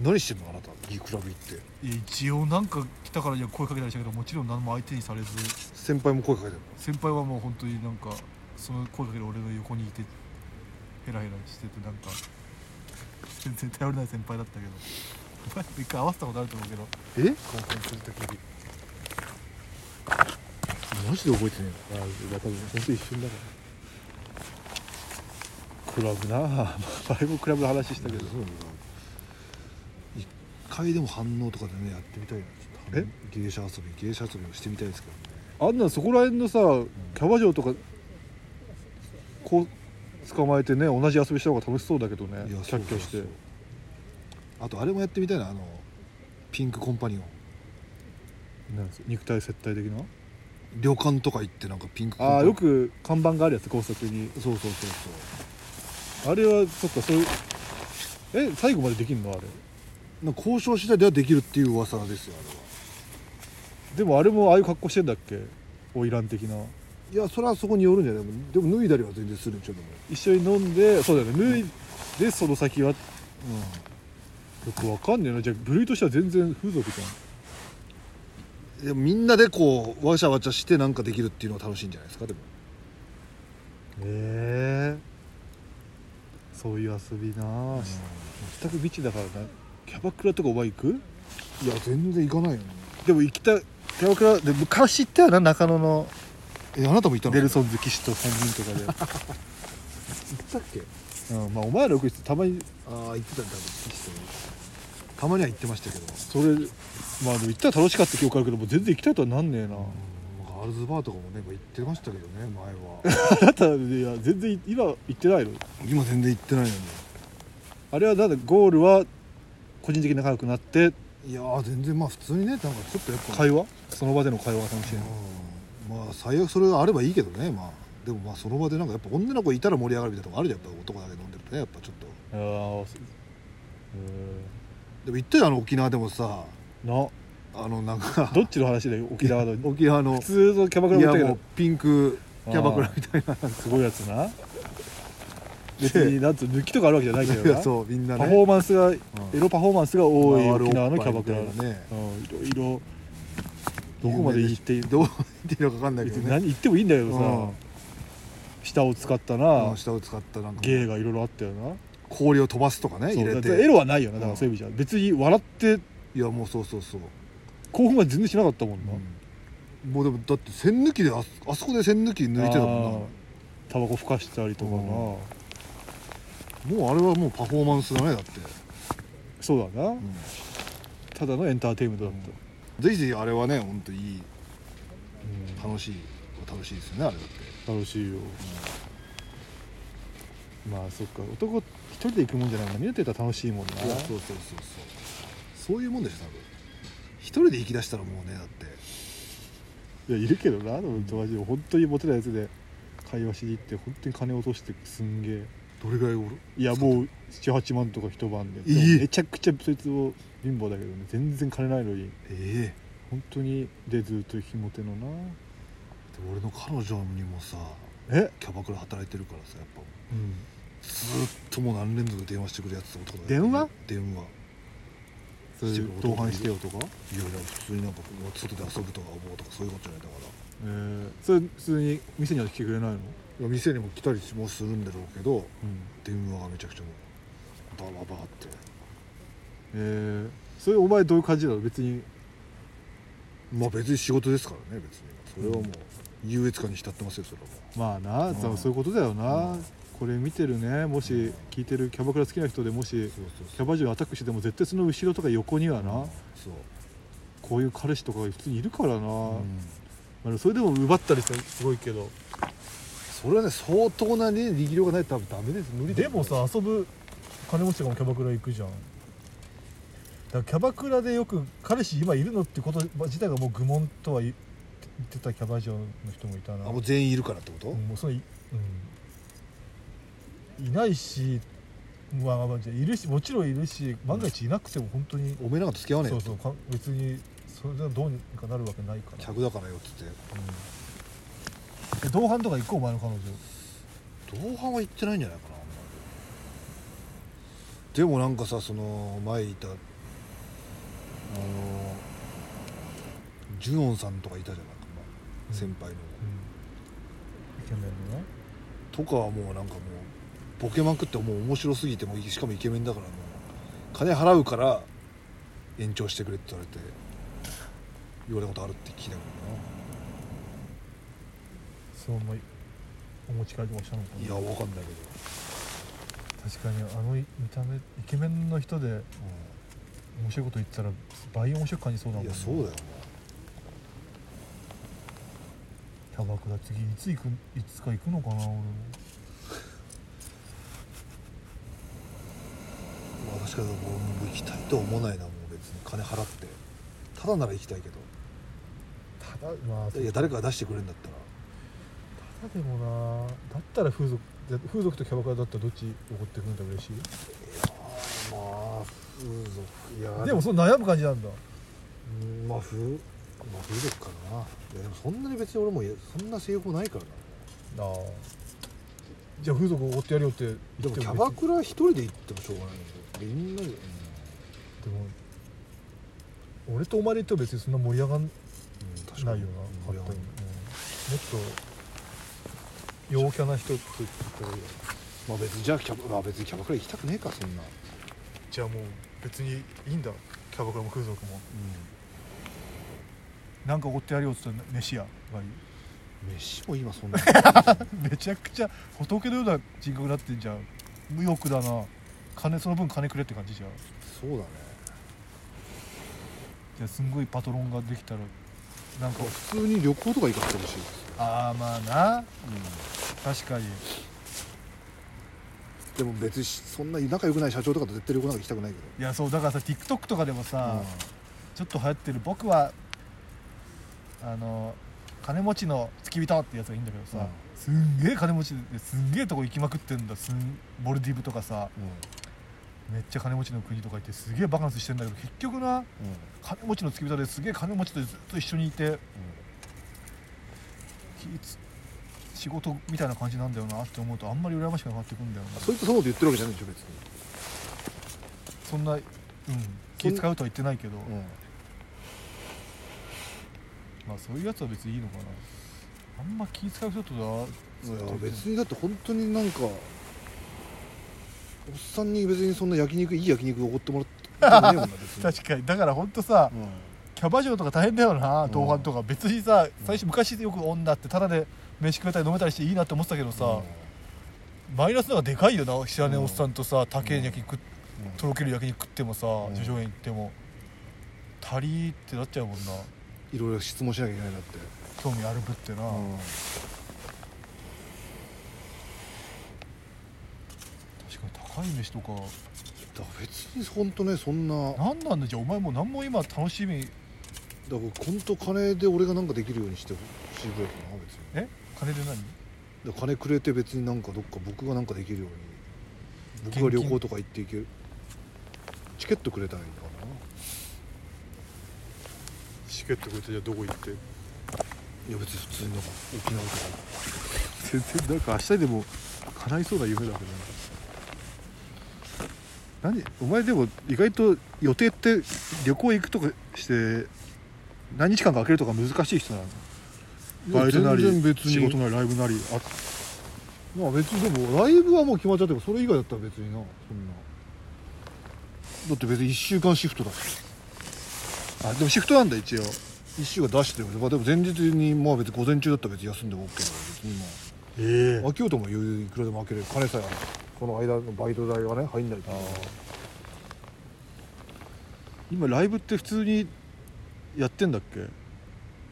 Speaker 1: 何してんのあなたいいクラブ行って
Speaker 2: いや一応なんか来たからには声かけたりしたけどもちろん何も相手にされず
Speaker 1: 先輩も声かけてる
Speaker 2: 先輩はもう本当になんかその声かける俺の横にいてヘラヘラしててなんか全然頼れない先輩だったけどお前も一回合わせたことあると思うけど
Speaker 1: のえ
Speaker 2: 興奮するときに
Speaker 1: マジで覚えてね
Speaker 3: あ多分本当一瞬だからクラブな あ前もクラブの話した
Speaker 1: え
Speaker 3: け
Speaker 1: のだけ
Speaker 3: ど
Speaker 1: どそうなんだ一回でも反応とかでねやってみたいなちょっと芸者遊び芸者遊びをしてみたいですけどね
Speaker 3: あんなんそこら辺のさキャバ嬢とかこう捕まえてね同じ遊びした方が楽しそうだけどね
Speaker 1: い
Speaker 3: キ
Speaker 1: や
Speaker 3: ャッキャし
Speaker 1: そうそ
Speaker 3: て
Speaker 1: うそうあとあれもやってみたいなあのピンクコンパニオン
Speaker 3: なんす肉体接待的な
Speaker 1: 旅館とか行ってなんかピンク
Speaker 3: ああよく看板があるやつ高速に
Speaker 1: そうそうそうそう
Speaker 3: あれはそっかそういうえ最後までできるのあれ
Speaker 1: なんか交渉次第ではできるっていう噂ですよあれは
Speaker 3: でもあれもああいう格好してんだっけ花魁的ない
Speaker 1: やそれはそこによるんじゃないでも脱いだりは全然するんちゃうと思
Speaker 3: 一緒に飲んでそうだよね脱いでその先はよ
Speaker 1: う、うん、
Speaker 3: くわかんねえなじゃあ部類としては全然風俗じゃん
Speaker 1: でもみんなでこうわちゃわちゃしてなんかできるっていうのは楽しいんじゃないですかでも
Speaker 3: ええそういう遊びなあ、全く未知だからなキャバクラとかお前行く
Speaker 1: いや全然行かないよね
Speaker 3: でも行きたいキャバクラで昔行ったよな中野の
Speaker 1: えあなたも行ったの
Speaker 3: ネルソン好きと3人とか
Speaker 1: 行ったっけ
Speaker 3: で、うん、まあお前らよく行ってたまに
Speaker 1: ああ行ってたんだたまには行ってましたけど
Speaker 3: それまあでも行ったら楽しかった記憶あるけどもう全然行きたいとはなんねえな、
Speaker 1: うんガールズバーとかもね行ってましたけどね前は
Speaker 3: あなたいや全然今行ってないの
Speaker 1: 今全然行ってないの
Speaker 3: あれはなんだゴールは個人的に仲良くなって
Speaker 1: にいやー全然まあ普通にねなんかちょっとやっぱ
Speaker 3: 会話その場での会話が楽しいの
Speaker 1: うんまあ最悪それがあればいいけどねまあでもまあその場でなんかやっぱ女の子いたら盛り上がるみたいなとこあるじゃんやっぱ男だけ飲んでるとねやっぱちょっと
Speaker 3: あーす
Speaker 1: でも行ったよあの沖縄でもさ
Speaker 3: えーな
Speaker 1: あのなんか
Speaker 3: どっちの話だよ沖縄の 普
Speaker 1: 沖縄の
Speaker 3: 通のキャバクラ
Speaker 1: い
Speaker 3: も
Speaker 1: や
Speaker 3: 行ったけ
Speaker 1: もう
Speaker 3: ど
Speaker 1: ピンクキャバクラみたい
Speaker 3: すごいやつな別になんつう抜きとかあるわけじゃないけど
Speaker 1: な
Speaker 3: な
Speaker 1: そうみんな
Speaker 3: パフォ
Speaker 1: ね
Speaker 3: ーマンスがエロパフォーマンスが多い
Speaker 1: 回るお
Speaker 3: 沖
Speaker 1: っぱい
Speaker 3: 縄のキャバクラ
Speaker 1: みたいなね
Speaker 3: うんいろいろどこまで行っていい
Speaker 1: どこまで行っていいのか 分かんないけ
Speaker 3: 別
Speaker 1: ど
Speaker 3: に
Speaker 1: ね
Speaker 3: 何言ってもいいんだけど
Speaker 1: うん
Speaker 3: さ舌を使った
Speaker 1: う
Speaker 3: なん
Speaker 1: 下を使ったなんか
Speaker 3: 芸がいろいろあったよな
Speaker 1: 氷を飛ばすとかね
Speaker 3: そう
Speaker 1: 入れ
Speaker 3: だからエ
Speaker 1: て
Speaker 3: ロはないよなだからそういう意味じゃ別に笑って
Speaker 1: いやもうそうそうそう、
Speaker 3: 興奮は全然しなかったもんな
Speaker 1: もうでもだって栓抜きであそあそこで栓抜き抜いてたも
Speaker 3: あータバコふかしたりとかな
Speaker 1: うんんなもうあれはもうパフォーマンスだねだって、
Speaker 3: そうだな
Speaker 1: うん
Speaker 3: ただのエンターテインメントだった
Speaker 1: ぜひぜひあれはね本当いい楽しい楽しいですよねあれだって
Speaker 3: 楽しいよ、まあそっか男一人で行くもんじゃないもんな見れてたら楽しいもんな
Speaker 1: そうそうそうそうそういうもんでしょ多分一人で行き出したらもうねだって
Speaker 3: いやいるけどなでも友達でも本当にモテないやつで会話しに行って本当に金落としてすんげえ
Speaker 1: どれぐらいおる
Speaker 3: いやもう78万とか一晩で
Speaker 1: ええ
Speaker 3: でもめちゃくちゃそいつも貧乏だけどね全然金ないのに
Speaker 1: ええ
Speaker 3: 本当にでずっとひもてのな
Speaker 1: でも俺の彼女にもさ
Speaker 3: え、
Speaker 1: キャバクラ働いてるからさやっぱ
Speaker 3: うん、
Speaker 1: ずーっともう何連続で電話してくるやつと男だよ
Speaker 3: 電話
Speaker 1: 電話
Speaker 3: それで同伴してよとか
Speaker 1: いやいや普通になんか外で遊ぶとか思うとかそういうことじゃないだか
Speaker 3: えー、それ普通に店には来てくれないの、
Speaker 1: らいや店にも来たりもするんだろうけど電話がめちゃくちゃもうバババって
Speaker 3: えー、それお前どういう感じなの別に
Speaker 1: まあ別に仕事ですからね別にそれはもう優越感に浸ってますよそれはも
Speaker 3: まあな、
Speaker 1: うん
Speaker 3: そうそういうことだよな、
Speaker 1: うん
Speaker 3: これ見てるねもし聞いてるキャバクラ好きな人でもし
Speaker 1: うそうそう
Speaker 3: キャバ嬢にアタックしてても絶対その後ろとか横にはな、
Speaker 1: そう
Speaker 3: こういう彼氏とかが普通にいるからな、
Speaker 1: うん
Speaker 3: まあでもそれでも奪ったりしたらすごいけど
Speaker 1: それはね相当なね力量がないと多分ダメです無理だ
Speaker 6: で
Speaker 1: よ
Speaker 6: もさ遊ぶ金持ちとかもキャバクラ行くじゃんだからキャバクラでよく彼氏今いるのってこと自体がもう愚問とは言ってたキャバ嬢の人もいたな
Speaker 1: あもう全員いるからってこと、
Speaker 6: うんもうそれい、うん、いないしまあまあまあじゃあいるしもちろんいるし万が一いなくても本当に、
Speaker 1: おめえなんかと付き合わねえ
Speaker 6: そ
Speaker 1: よ
Speaker 6: うそうか別にそれでどうにかなるわけないから、
Speaker 1: 客だからよっつ
Speaker 6: う
Speaker 1: っ
Speaker 6: んで同伴とか行こうお前の彼女
Speaker 1: て同伴は行ってないんじゃないかなあんまりでもなんかさその前いたあのジュノンさんとかいたじゃないか、まあ
Speaker 6: うん
Speaker 1: 先輩の
Speaker 6: イケメンのね
Speaker 1: とかはもうなんかもうボケまくってもう面白すぎてもうしかもイケメンだからもう金払うから延長してくれって言われて言われたことあるって聞いたけどな
Speaker 6: そのままお持ち帰りとかしたのかない
Speaker 1: やわかんないけど、
Speaker 6: 確かにあの見た目イケメンの人で面白いこと言ってたら倍面白く感じそうだ
Speaker 1: う
Speaker 6: も
Speaker 1: ん、
Speaker 6: ん
Speaker 1: い
Speaker 6: ね
Speaker 1: やそうだよ
Speaker 6: キャバクラ次いつ行くいつか行くのかな俺も
Speaker 1: まあ確かに俺もう行きたいとは思わないなもう別に金払ってただなら行きたいけど
Speaker 6: ただ
Speaker 3: まあ
Speaker 1: いや誰かが出してくれるんだったら
Speaker 3: ただでもなだったら風俗じゃ風俗とキャバクラだったらどっち怒ってくれたら嬉しい
Speaker 1: まあ風俗いや
Speaker 3: でもそう悩む感じなんだ
Speaker 1: うんまあ風まあ風俗かないやでもそんなに別に俺もいやそんな性欲ないからな
Speaker 3: なあじゃあ風俗おごってやるよって
Speaker 1: で
Speaker 3: 言
Speaker 1: も
Speaker 3: って
Speaker 1: キャ
Speaker 3: 別
Speaker 1: バ
Speaker 3: に
Speaker 1: クラ一人で行ってもしょうがないんだよみんなで、うん
Speaker 3: でも俺とお前で言っても別にそんな盛り上がん
Speaker 1: うん確か
Speaker 3: ない
Speaker 1: に
Speaker 3: よな
Speaker 1: うん
Speaker 3: 勝手に、うんもっと陽キャな人と言ったらいいよ
Speaker 1: まあ別にじゃあキャバ、まあ、別にキャバクラ行きたくねえかそんな、
Speaker 3: じゃあもう別にいいんだキャバクラも風俗もなんかおごってやるよって言ったら飯屋がいい
Speaker 1: 飯も今そんな
Speaker 3: めちゃくちゃ仏のような人格になってんじゃん無欲だな金その分金くれって感じじゃん
Speaker 1: そうだね
Speaker 3: じゃあすんごいパトロンができたらなんか
Speaker 1: 普通に旅行とか行かせてほしいです、
Speaker 3: ああまあな確かに
Speaker 1: でも別にそんな仲良くない社長とかと絶対旅行なんか行きたくないけど
Speaker 3: いやそうだからさ TikTok とかでもさ、
Speaker 1: うん
Speaker 3: ちょっと流行ってる僕はあの金持ちの付き人ってやつがいいんだけどさ、
Speaker 1: うん
Speaker 3: すんげえ金持ちですんげえとこ行きまくってんだすんボルディブとかさめっちゃ金持ちの国とか行ってすげえバカンスしてんだけど結局な
Speaker 1: うん
Speaker 3: 金持ちの付き人ですげえ金持ちとずっと一緒にいてきつ仕事みたいな感じなんだよなって思うとあんまり羨ましくなくなってくんだよな
Speaker 1: そいつそういうこと言ってるわけじゃないでしょ別に、
Speaker 3: そんな、うん、気使うとは言ってないけど、まあそういうやつは別にいいのかなあんま気使う人とはずっと
Speaker 1: い
Speaker 3: 言
Speaker 1: や
Speaker 3: ってない
Speaker 1: 別にだって本当になんかおっさんに別にそんな焼肉いい焼肉おごってもらってもねえもんな別に
Speaker 3: 確かにだからほんと さ、
Speaker 1: うん
Speaker 3: キャバ嬢とか大変だよな
Speaker 1: うん
Speaker 3: 同伴とか、別にさ最初昔よく女ってタダで飯食えたり飲めたりしていいなって思ってたけどさ、マイナスの方がでかいよな知らねえおっさんとさ高い焼き食っ
Speaker 1: うん
Speaker 3: とろける焼き肉食ってもさ
Speaker 1: ん
Speaker 3: 叙々苑行っても足りーってなっちゃうもんない
Speaker 1: ろいろ質問しなきゃいけないなって、
Speaker 3: 興味あるぶってな、確かに高い飯とか
Speaker 1: だから別に本当ねそんなだか
Speaker 3: 何なんだじゃあお前もう何も今楽しみ
Speaker 1: ら本当金で俺がなんかできるようにしてほしいぐらいかな別に
Speaker 3: え金で何
Speaker 1: だから金くれて別になんかどっか僕がなんかできるように僕が旅行とか行っていけるチケットくれたらいいのかな
Speaker 3: チケットくれてじゃあどこ行って
Speaker 1: いや別に普通になんか沖縄とか全然なんか明日でも叶いそうな夢だけど
Speaker 7: 何お前でも意外と予定って旅行行くとかして何日間か空けるとか難しい人なのバイトなり
Speaker 1: 全然別に
Speaker 7: 仕事なりライブなりあ
Speaker 1: まあ別にでもライブはもう決まっちゃってるからそれ以外だったら別になそんなだって別に1週間シフトだし
Speaker 7: あでもシフトなんだ一応
Speaker 1: 1週間出してるけどまあでも前日にまあ別に午前中だったら別に休んでも OK だから別にまあ
Speaker 7: ええ
Speaker 1: 開けようとも余裕いくらでも開けれる金さえあればその間のバイト代はね入んないと
Speaker 7: 今ライブって普通にやってんだっけ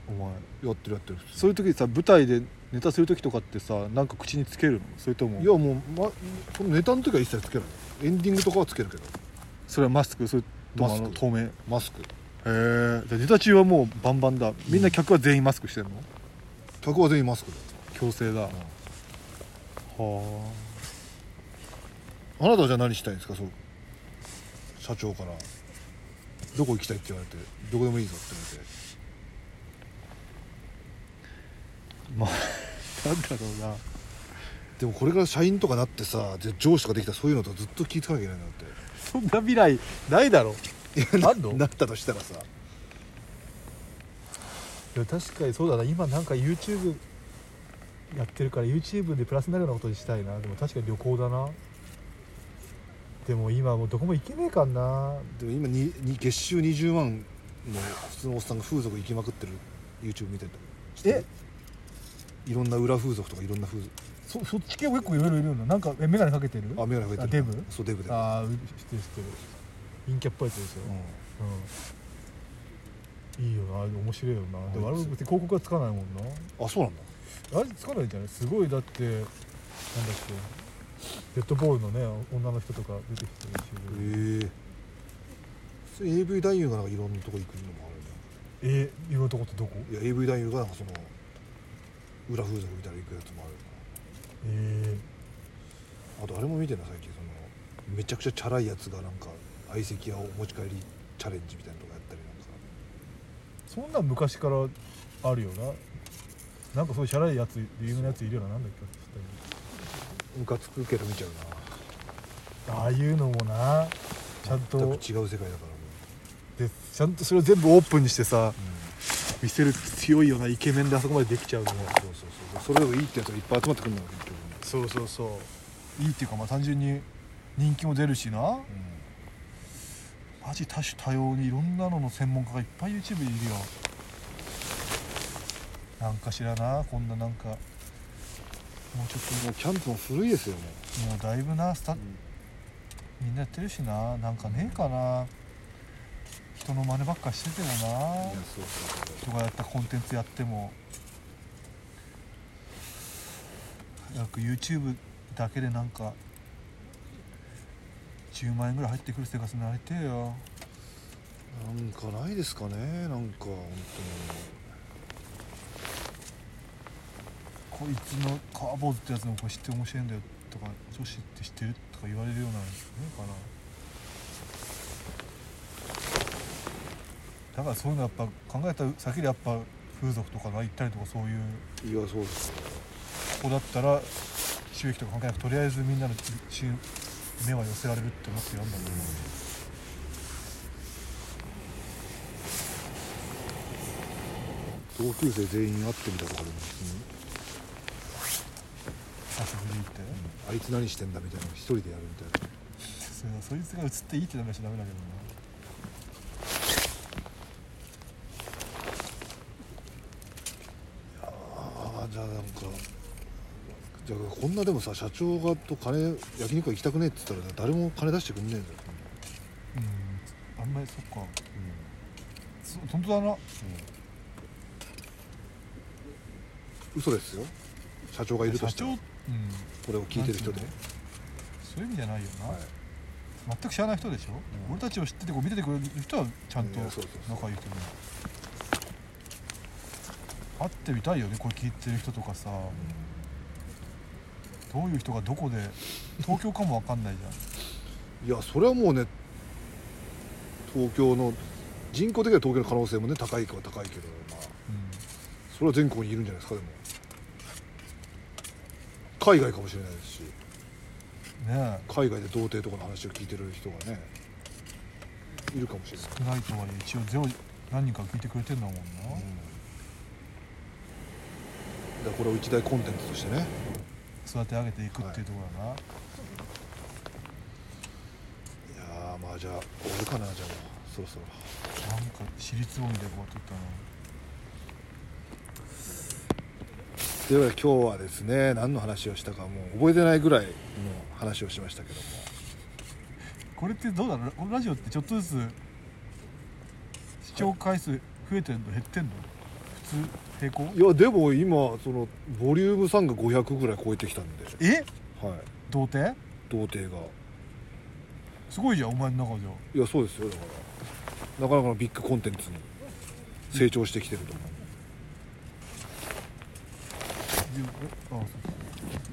Speaker 7: お前
Speaker 1: やってるやってる普通
Speaker 7: そういう時さ舞台でネタする時とかってさなんか口につけるのそれとも
Speaker 1: いやもう、ま、そのネタの時は一切つけないエンディングとかはつけるけど
Speaker 7: それはマスクそれともあの
Speaker 1: マスク
Speaker 7: 透明へ
Speaker 1: マスク
Speaker 7: えじゃあネタ中はもうバンバンだみんな客は全員マスクしてんの、
Speaker 1: 客は全員マスクだよ
Speaker 7: 強制だ、は
Speaker 1: あなたはじゃあ何したいんですかそう社長からどこ行きたいって言われてどこでもいいぞって言われて
Speaker 7: あまあなんだろうな
Speaker 1: でもこれから社員とかなってさで上司とかできたらそういうのとずっと気ぃつかなきゃいけないんだって
Speaker 7: そんな未来ないだろ
Speaker 3: 何の
Speaker 1: なったとしたらさ
Speaker 3: いや確かにそうだな今なんか YouTube やってるから YouTube でプラスになるようなことにしたいなでも確かに旅行だなでも今もうどこも行けねえかんな
Speaker 1: でも今にに月収20万の普通のおっさんが風俗行きまくってる YouTube 見てる
Speaker 3: え
Speaker 1: いろんな裏風俗とかいろんな風俗
Speaker 3: そそっち系も結構いろいろいるのなんかえ眼鏡かけてる
Speaker 1: あメガネかけてる
Speaker 3: あデブ
Speaker 1: そうデブで
Speaker 3: ああ知ってる知ってる陰キャっぽいやつですよ、
Speaker 1: う
Speaker 3: うんいいよな面白いよなでもあれ別に広告はつかないもんなん
Speaker 1: あそうなんだ
Speaker 3: あれつかないんじゃないすごいだってなんだっけデッドボールのね女の人とか出てきてる YouTube
Speaker 1: へえ AV 男優がなんかいろんなとこ行くのもあるんだ
Speaker 2: え言うとこってどこ
Speaker 1: いや AV 男優がなんかその裏風俗みたいなの行くやつもある
Speaker 2: え
Speaker 1: あとあれも見てるな最近そのめちゃくちゃチャラいやつがなんか相席屋を持ち帰りチャレンジみたいなとかやったりなんか
Speaker 2: ー、そんなん昔からあるよななんかそういうシャラいやつ有名なやついるよななんだっけ
Speaker 1: ムカつくけど見ちゃう
Speaker 2: ああいうのもなちゃん
Speaker 1: な全く
Speaker 2: と
Speaker 1: 違う世界だからも
Speaker 3: でちゃんとそれを全部オープンにしてさ見せる強いようなイケメンであそこまでできちゃうの
Speaker 1: う、うん、そうそうそうそれでもいいってやつがいっぱい集まってくるんだから結局、
Speaker 3: そうそうそういいっていうかまあ単純に人気も出るしなマジ多種多様にいろんなのの専門家がいっぱい YouTube にいるよなんかしらなこんななんかもうちょっと
Speaker 1: もうキャンプも古いですよね、
Speaker 3: もうだいぶなスタみんなやってるしななんかねえかな人の真似ばっかしてても
Speaker 1: いや
Speaker 3: な
Speaker 1: そうそうそう
Speaker 3: 人がやったコンテンツやっても早く YouTube だけでなんか10万円ぐらい入ってくる生活になりてえよ
Speaker 1: なんかないですかねなんか本
Speaker 3: こいつのカーボーズってやつのこれ知って面白いんだよとか女子って知ってるとか言われるようなのねえかなだからそういうのやっぱ考えた先でやっぱ風俗とかが行ったりとかそういう
Speaker 1: 当にいやそうです
Speaker 3: 子だったら収益とか関係なくとりあえずみんなのし目は寄せられるって思ってやるんだろうな
Speaker 1: 同級生全員会ってみたとかでも別に
Speaker 3: 久しぶりって、
Speaker 1: あいつ何してんだみたいなの一人でやるみたいな
Speaker 3: それはそいつが映っていいってダメだしダメだけどな
Speaker 1: ああじゃあなんかじゃあこんなでもさ社長がと金焼肉は行きたくねえって言ったら誰も金出してくんねえんだよ、
Speaker 3: うんあんまりそっか
Speaker 1: うん
Speaker 3: そ本当だな
Speaker 1: 嘘ですよ社長がいると
Speaker 3: 社
Speaker 1: して
Speaker 3: 長
Speaker 1: も
Speaker 3: うん
Speaker 1: これを聞いてる人で
Speaker 3: なんてそういう意味じゃないよな、
Speaker 1: はい
Speaker 3: 全く知らない人でしょ、
Speaker 1: うん
Speaker 3: 俺たちを知っててこう見ててくれる人はちゃんと
Speaker 1: いやそうそうそう
Speaker 3: 仲いいけど会ってみたいよねこれ聞いてる人とかさ、どういう人がどこで東京かもわかんないじゃん
Speaker 1: いやそれはもうね東京の人口的には東京の可能性もね高いかは高いけど、まあ、
Speaker 3: う
Speaker 1: それは全国にいるんじゃないですかでも海外かもしれないですし
Speaker 3: んねえ
Speaker 1: 海外で童貞とかの話を聞いてる人がねいるかもしれない
Speaker 3: 少ないとはいえ一応ゼロ何人か聞いてくれてんだもんな、
Speaker 1: だからこれを一大コンテンツとしてね
Speaker 3: 育て上げていくっていうところだな、
Speaker 1: いやーまあじゃあ終わるかなじゃあもうそろそろ
Speaker 3: なんか尻つぼみでこう取ったな
Speaker 1: というわけで今日はですね何の話をしたかもう覚えてないぐらいの話をしましたけども
Speaker 3: これってどうだろうこのラジオってちょっとずつ視聴回数増えてんの減ってんの普通平行
Speaker 1: いやでも今そのボリューム3が500ぐらい超えてきたんではい
Speaker 3: え童貞
Speaker 1: 童貞が
Speaker 3: すごいじゃんお前の中じゃ
Speaker 1: いやそうですよだからなかなかのビッグコンテンツに成長してきてると思う
Speaker 3: でえあそう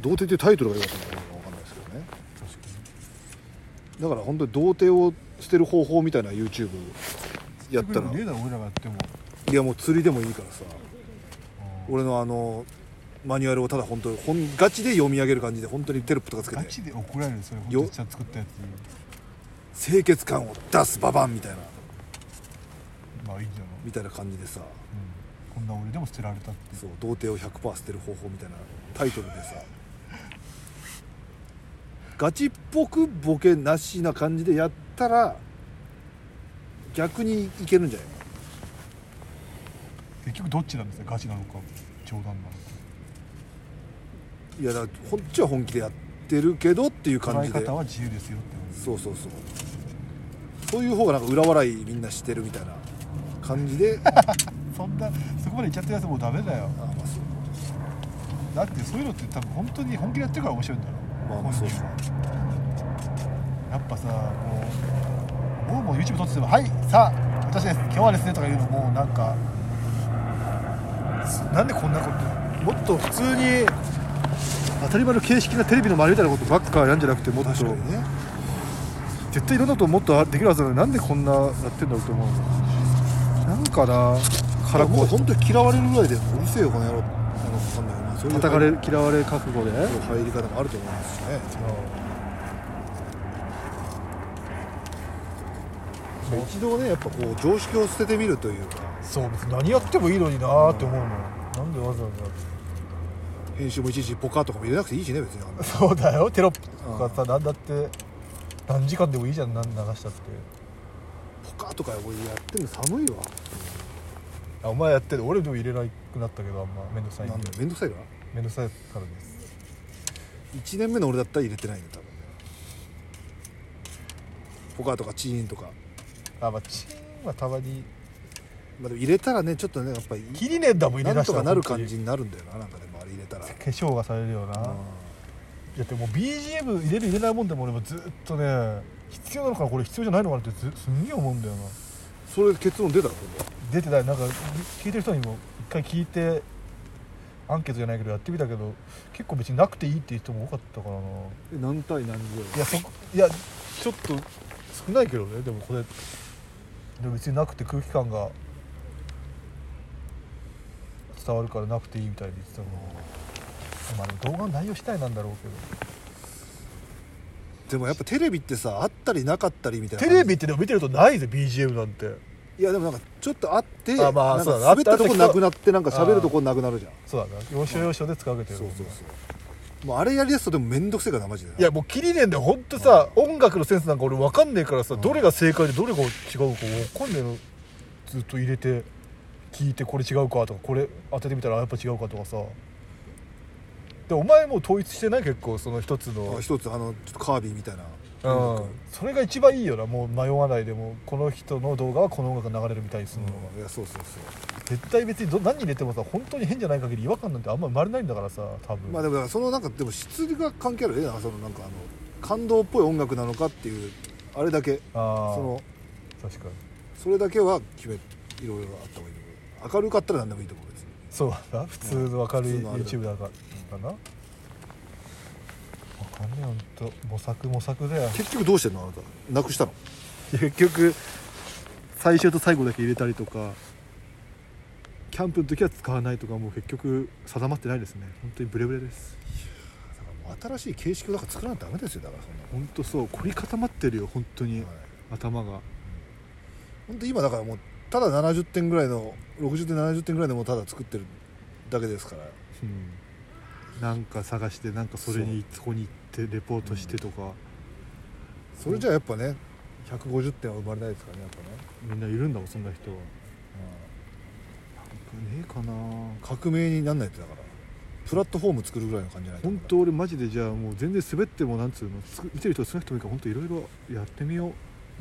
Speaker 1: 童貞っていうタイトルが良かったのかどうかわかんないですけどね
Speaker 3: 確か
Speaker 1: だから本当に童貞を捨てる方法みたいな YouTube
Speaker 3: に
Speaker 1: やったら
Speaker 3: ねえだろ俺らがやっても
Speaker 1: いやもう釣りでもいいからさ
Speaker 3: うん
Speaker 1: 俺のあのマニュアルをただ本当にほんガチで読み上げる感じで本当にテロップとかつけ
Speaker 3: ガ
Speaker 1: て
Speaker 3: チで怒られるそれ
Speaker 1: よ
Speaker 3: ほんとちゃんと作ったやつ
Speaker 1: 清潔感を出すババンみたいな
Speaker 3: まあいいんじゃない、
Speaker 1: みたいな感じでさ
Speaker 3: うん、こんな俺でも捨てられたって
Speaker 1: そう童貞を100%捨てる方法みたいなタイトルでさガチっぽくボケなしな感じでやったら逆にいけるんじゃないの
Speaker 3: 結局どっちなんですかガチなのか冗談なのか
Speaker 1: いやだからこっちは本気でやってるけどっていう感
Speaker 3: 捉え
Speaker 1: じで
Speaker 3: 方は自由ですよってこと
Speaker 1: そうそうそうそういう方がなんか裏笑いみんなしてるみたいな感じ であま
Speaker 3: そんなそこまでいっちゃってるやつもうダメだよ
Speaker 1: あそう
Speaker 3: だってそういうのって多分本当に本気でやってるから面白いんだろ
Speaker 1: まあ
Speaker 3: 本人
Speaker 1: そうそう
Speaker 3: やっぱさこうもうもう YouTube 撮っててもはいさあ
Speaker 2: 私です今日はですねとか言うのもなんかなんでこんなこと
Speaker 3: もっと普通に当たり前の形式なテレビの周りみたいなことばっかやるんじゃなくてもっと
Speaker 1: 確かにね
Speaker 3: 絶対いろんなこともっとできるはずなのになんでこんなやってんだろうと思うなんか
Speaker 1: か
Speaker 3: な
Speaker 1: ら
Speaker 3: 腹
Speaker 1: もう
Speaker 3: こ
Speaker 1: 本当に嫌われるぐらいでうるせえよこの野郎なのか分かんないけどまあそういう
Speaker 3: 叩かれ嫌われ覚悟で
Speaker 1: 入り方もあると思いますしね一度ねやっぱこう常識を捨ててみるというか
Speaker 2: そう別に何やってもいいのになーって思うの、なんでわざわ
Speaker 1: 編集もいちいちポカとかも入れなくていいしね別にあんな
Speaker 2: ざそうだよテロップとかさなんだって何時間でもいいじゃんなん流したって
Speaker 1: ポカとか俺やってるの寒いわ
Speaker 2: あお前やってる俺でも入れなくなったけどあんま面倒くさいん
Speaker 1: なん
Speaker 2: で
Speaker 1: だめんどくさいか
Speaker 2: 面倒くさいからです
Speaker 1: ら1年目の俺だったら入れてないね多分ねポカとかチーンとか、
Speaker 2: あまあチーンはたまに
Speaker 1: まあ、でも入れたらねちょっとねやっぱり
Speaker 2: キリネンダも入れ
Speaker 1: な
Speaker 2: 出
Speaker 1: ん
Speaker 2: した
Speaker 1: と
Speaker 2: ら
Speaker 1: かなる感じになるんだよななんかでもあれ入れたら
Speaker 2: 化粧がされるよなだってもう BGM 入れる入れないもんでも俺もずっとね必要なのかなこれ必要じゃないのかなってずすんげえ思うんだよな
Speaker 1: それ結論出たら今度
Speaker 2: 出てないなんか聞いてる人にも一回聞いてアンケートじゃないけどやってみたけど結構別になくていいっていう人も多かったからな
Speaker 3: え何対何ぐらい
Speaker 2: いやそこいやちょっと少ないけどねでもこれでも別になくて空気感が伝わるからなくていいみたいに言ってたのまあでも動画の内容次第なんだろうけ
Speaker 1: で
Speaker 2: ど
Speaker 1: もやっぱテレビってさあったりなかったりみたいな
Speaker 2: テ
Speaker 1: 感じ
Speaker 2: レビってでも見てるとないぜ BGM なんて
Speaker 1: いやでもなんかちょっとあって
Speaker 2: あまあ
Speaker 1: なん
Speaker 2: そう
Speaker 1: か
Speaker 2: だ
Speaker 1: 滑ったとこなくなってなんか
Speaker 2: あった
Speaker 1: 喋るとこなくなるじゃん
Speaker 2: そうだな要所要所で使うけど
Speaker 1: そうそうそうもうあれやりやすとでも面倒くせえからなマジでない
Speaker 2: やもうキリねんでほんとさ音楽のセンスなんか俺分かんねえからさどれが正解でどれが違うか分かんねえのずっと入れて聞いてこれ違うかとかこれ当ててみたらやっぱ違うかとかさでお前もう統一してない結構その一つの
Speaker 1: あ一つあのちょっとカービィみたいな
Speaker 2: うん
Speaker 1: 音楽
Speaker 2: それが一番いいよなもう迷わないでもうこの人の動画はこの音楽が流れるみたいにするのが、
Speaker 1: うんいやそうそうそう
Speaker 2: 絶対別にど何入れてもさ本当に変じゃない限り違和感なんてあんま生まれないんだからさ多分、
Speaker 1: まあでもだからそのなんかでも質が関係あるねそのなんかあの感動っぽい音楽なのかっていうあれだけ
Speaker 2: あー
Speaker 1: その
Speaker 2: 確かに
Speaker 1: それだけは決めいろいろあった方がいいと思う明るかったら何でもいいと思う別に
Speaker 2: そうだな普通の明る
Speaker 1: 普
Speaker 2: い
Speaker 1: 通のあれだ
Speaker 2: YouTube だからかな、わかんねえほんと模索模索だよ
Speaker 1: 結局どうしてんのあなたなくしたの
Speaker 3: 結局最終と最後だけ入れたりとかキャンプの時は使わないとかもう結局定まってないですね本当にブレブレです
Speaker 1: だからもう新しい形式をだから作らないとダメですよだからそんな
Speaker 3: 本当そう凝り固まってるよ本当に、
Speaker 1: はい
Speaker 3: 頭が
Speaker 1: 本当今だからもうただ70点ぐらいの60点70点ぐらいでもうただ作ってるだけですから
Speaker 3: うん、なんか探してなんかそれにそこに行ってレポートしてとか、
Speaker 1: それじゃあやっぱね150点は生まれないですからねやっぱね、
Speaker 3: みんないるんだもんそんな人はねえかな
Speaker 1: うん革命になんないってだからプラットフォーム作るぐらいの感じじゃないと
Speaker 3: 本当俺マジでじゃあもう全然滑ってもなんつうのつく見てる人が少なくてもいいから本当いろいろやってみよう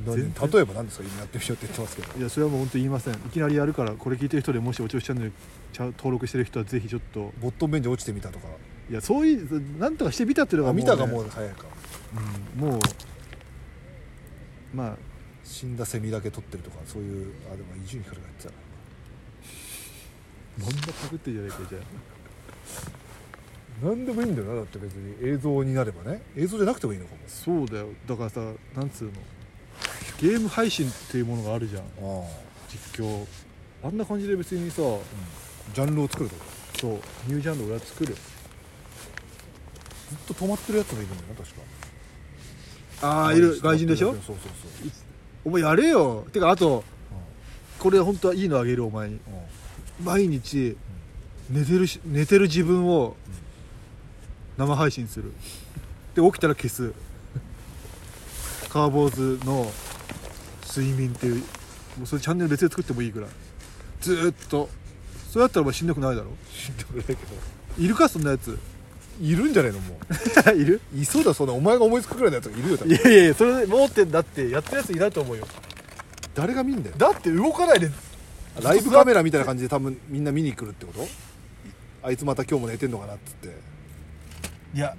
Speaker 1: 何
Speaker 3: 全然
Speaker 1: 例えば何ですか今やってみようって言ってますけど
Speaker 3: いやそれはもう本当言いませんいきなりやるからこれ聞いてる人でもしお調子チャンネルちゃん登録してる人はぜひちょっと
Speaker 1: ボットンベンチ落ちてみたとか
Speaker 3: いやそういうなんとかしてみたっていうの
Speaker 1: あ
Speaker 3: がも
Speaker 1: 見
Speaker 3: うね、
Speaker 1: たがもう早いか
Speaker 3: うん、もうまあ
Speaker 1: 死んだセミだけ取ってるとかそういうあでも伊集院光がやってたな
Speaker 3: なんだパクってんじゃないかじゃあ
Speaker 1: 何でもいいんだよなだって別に映像になればね映像じゃなくてもいいのか
Speaker 3: そうだよだからさなんつうのゲーム配信っていうものがあるじゃん
Speaker 1: も
Speaker 3: 実況あんな感じで別にさ
Speaker 1: ああ、うん、ジャンルを作るとか
Speaker 3: そうニュージャンル俺は作る
Speaker 1: ずっと止まってるやつがいるんだよな確か
Speaker 3: あ
Speaker 1: そうそうそう
Speaker 3: お前やれよてかあとこれ本当はいいのあげるお前に
Speaker 1: うんうん
Speaker 3: 毎日寝てるし寝てる自分を生配信するで起きたら消すカーボーズの睡眠っていうもうそれチャンネル別で作ってもいいぐらいずーっとそうやったらお前しんどくないだろ
Speaker 1: しんどくないけど
Speaker 3: いるかそんなや つ
Speaker 1: いるんじゃないのも
Speaker 3: いる
Speaker 1: ういそうだそうだお前が思いつくくらいのやつがいるよ多分
Speaker 2: いやいやいやそれ盲点だってやってるやついないと思うよ
Speaker 1: 誰が見んだよ
Speaker 2: だって動かないで
Speaker 1: ライブカメラみたいな感じで多分みんな見に来るってことあいつまた今日も寝てんのかなっつって
Speaker 2: いや、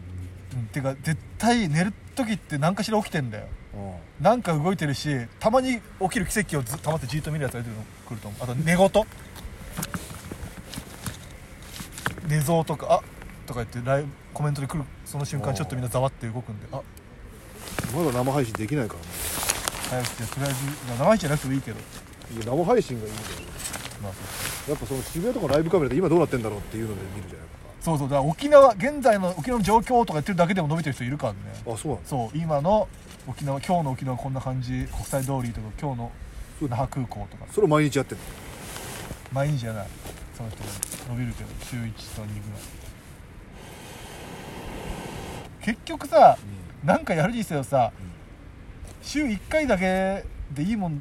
Speaker 2: うん、てか絶対寝る時って何かしら起きてんだよ
Speaker 1: あうん
Speaker 3: なんか動いてるしたまに起きる奇跡をずまってじーっと見るやつが出てくると思うあと寝言寝相とか「あとか言ってライブコメントで来るその瞬間ちょっとみんなざわって動くんで「あ
Speaker 1: まだ生配信できないからね
Speaker 3: 早くてとりあえずまあ長いじゃなくてもいいけど」
Speaker 1: いや生配信がいいんだよ
Speaker 3: まあそ
Speaker 1: やっぱその渋谷とかライブカメラで今どうなってんだろうっていうので見るじゃないですか
Speaker 3: うそうそうだから沖縄現在の沖縄の状況とか言ってるだけでも伸びてる人いるからね
Speaker 1: あそうなんです
Speaker 3: そう今の沖縄今日の沖縄こんな感じ国際通りとか今日の那覇空港とか
Speaker 1: それを毎日やってんの
Speaker 3: 毎日じゃないその人が伸びるけど週1と2ぐらい結局さなんかやるにせよさ、
Speaker 1: うん
Speaker 3: 週1回だけでいいもん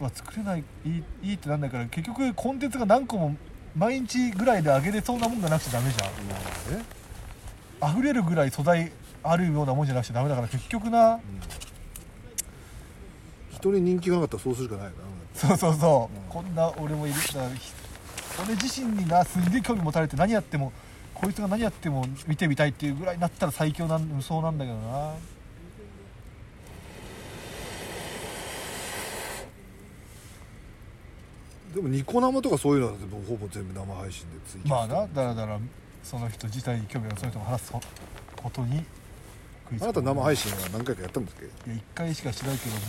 Speaker 3: は作れないいいいいってなんだから結局コンテンツが何個も毎日ぐらいで上げれそうなもんがなくちゃダメじゃ
Speaker 1: まあね
Speaker 3: ん溢れるぐらい素材あるようなもんじゃなくちゃダメだから結局な
Speaker 1: 人に人気がなかったらそうするしかないよな
Speaker 3: そうそうそう、こんな俺もいるだからひ俺自身になすんげえ興味持たれて何やってもこいつが何やっても見てみたいっていうぐらいになったら最強なん無双なんだけどな
Speaker 1: でもニコ生とかそういうのはもうほぼ全部生配信でツイキャス
Speaker 3: まあなだらだらその人自体に興味があるその人が話すことに食いつく
Speaker 1: あなた生配信は何回かやったんですっけど
Speaker 3: いや1回しかしてないけども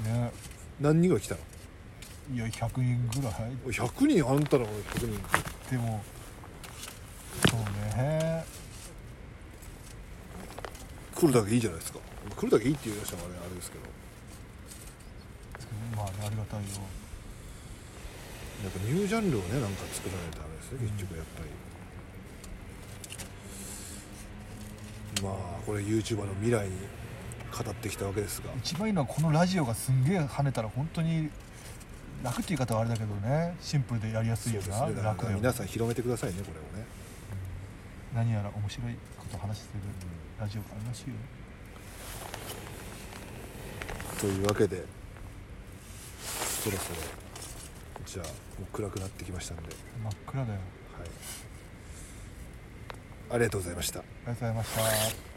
Speaker 3: うね
Speaker 1: 何人ぐらい来たの
Speaker 3: いや100人ぐらい
Speaker 1: 100人あんたらが100人
Speaker 3: でもそうね
Speaker 1: 来るだけいいじゃないですか来るだけいいって言い出したのはねあれですけど
Speaker 3: まあありがたいよ
Speaker 1: やっぱニュージャンルをねなんか作らないとダメですね結局やっぱり、まあこれ YouTuber の未来に語ってきたわけですが
Speaker 3: 一番いいのはこのラジオがすんげえ跳ねたら本当に楽っていう言い方はあれだけどねシンプルでやりやすいよ
Speaker 1: そうで
Speaker 3: な、
Speaker 1: すねだ
Speaker 3: 楽
Speaker 1: か
Speaker 3: だ
Speaker 1: ら
Speaker 3: よ
Speaker 1: 皆さん広めてくださいねこれをね
Speaker 3: 何やら面白いこと話してるラジオがあるらしいよ
Speaker 1: というわけでそろそろじゃあもう暗くなってきましたんで、はい、
Speaker 3: 真っ暗だよ
Speaker 1: ありがとうございました
Speaker 3: ありがとうございました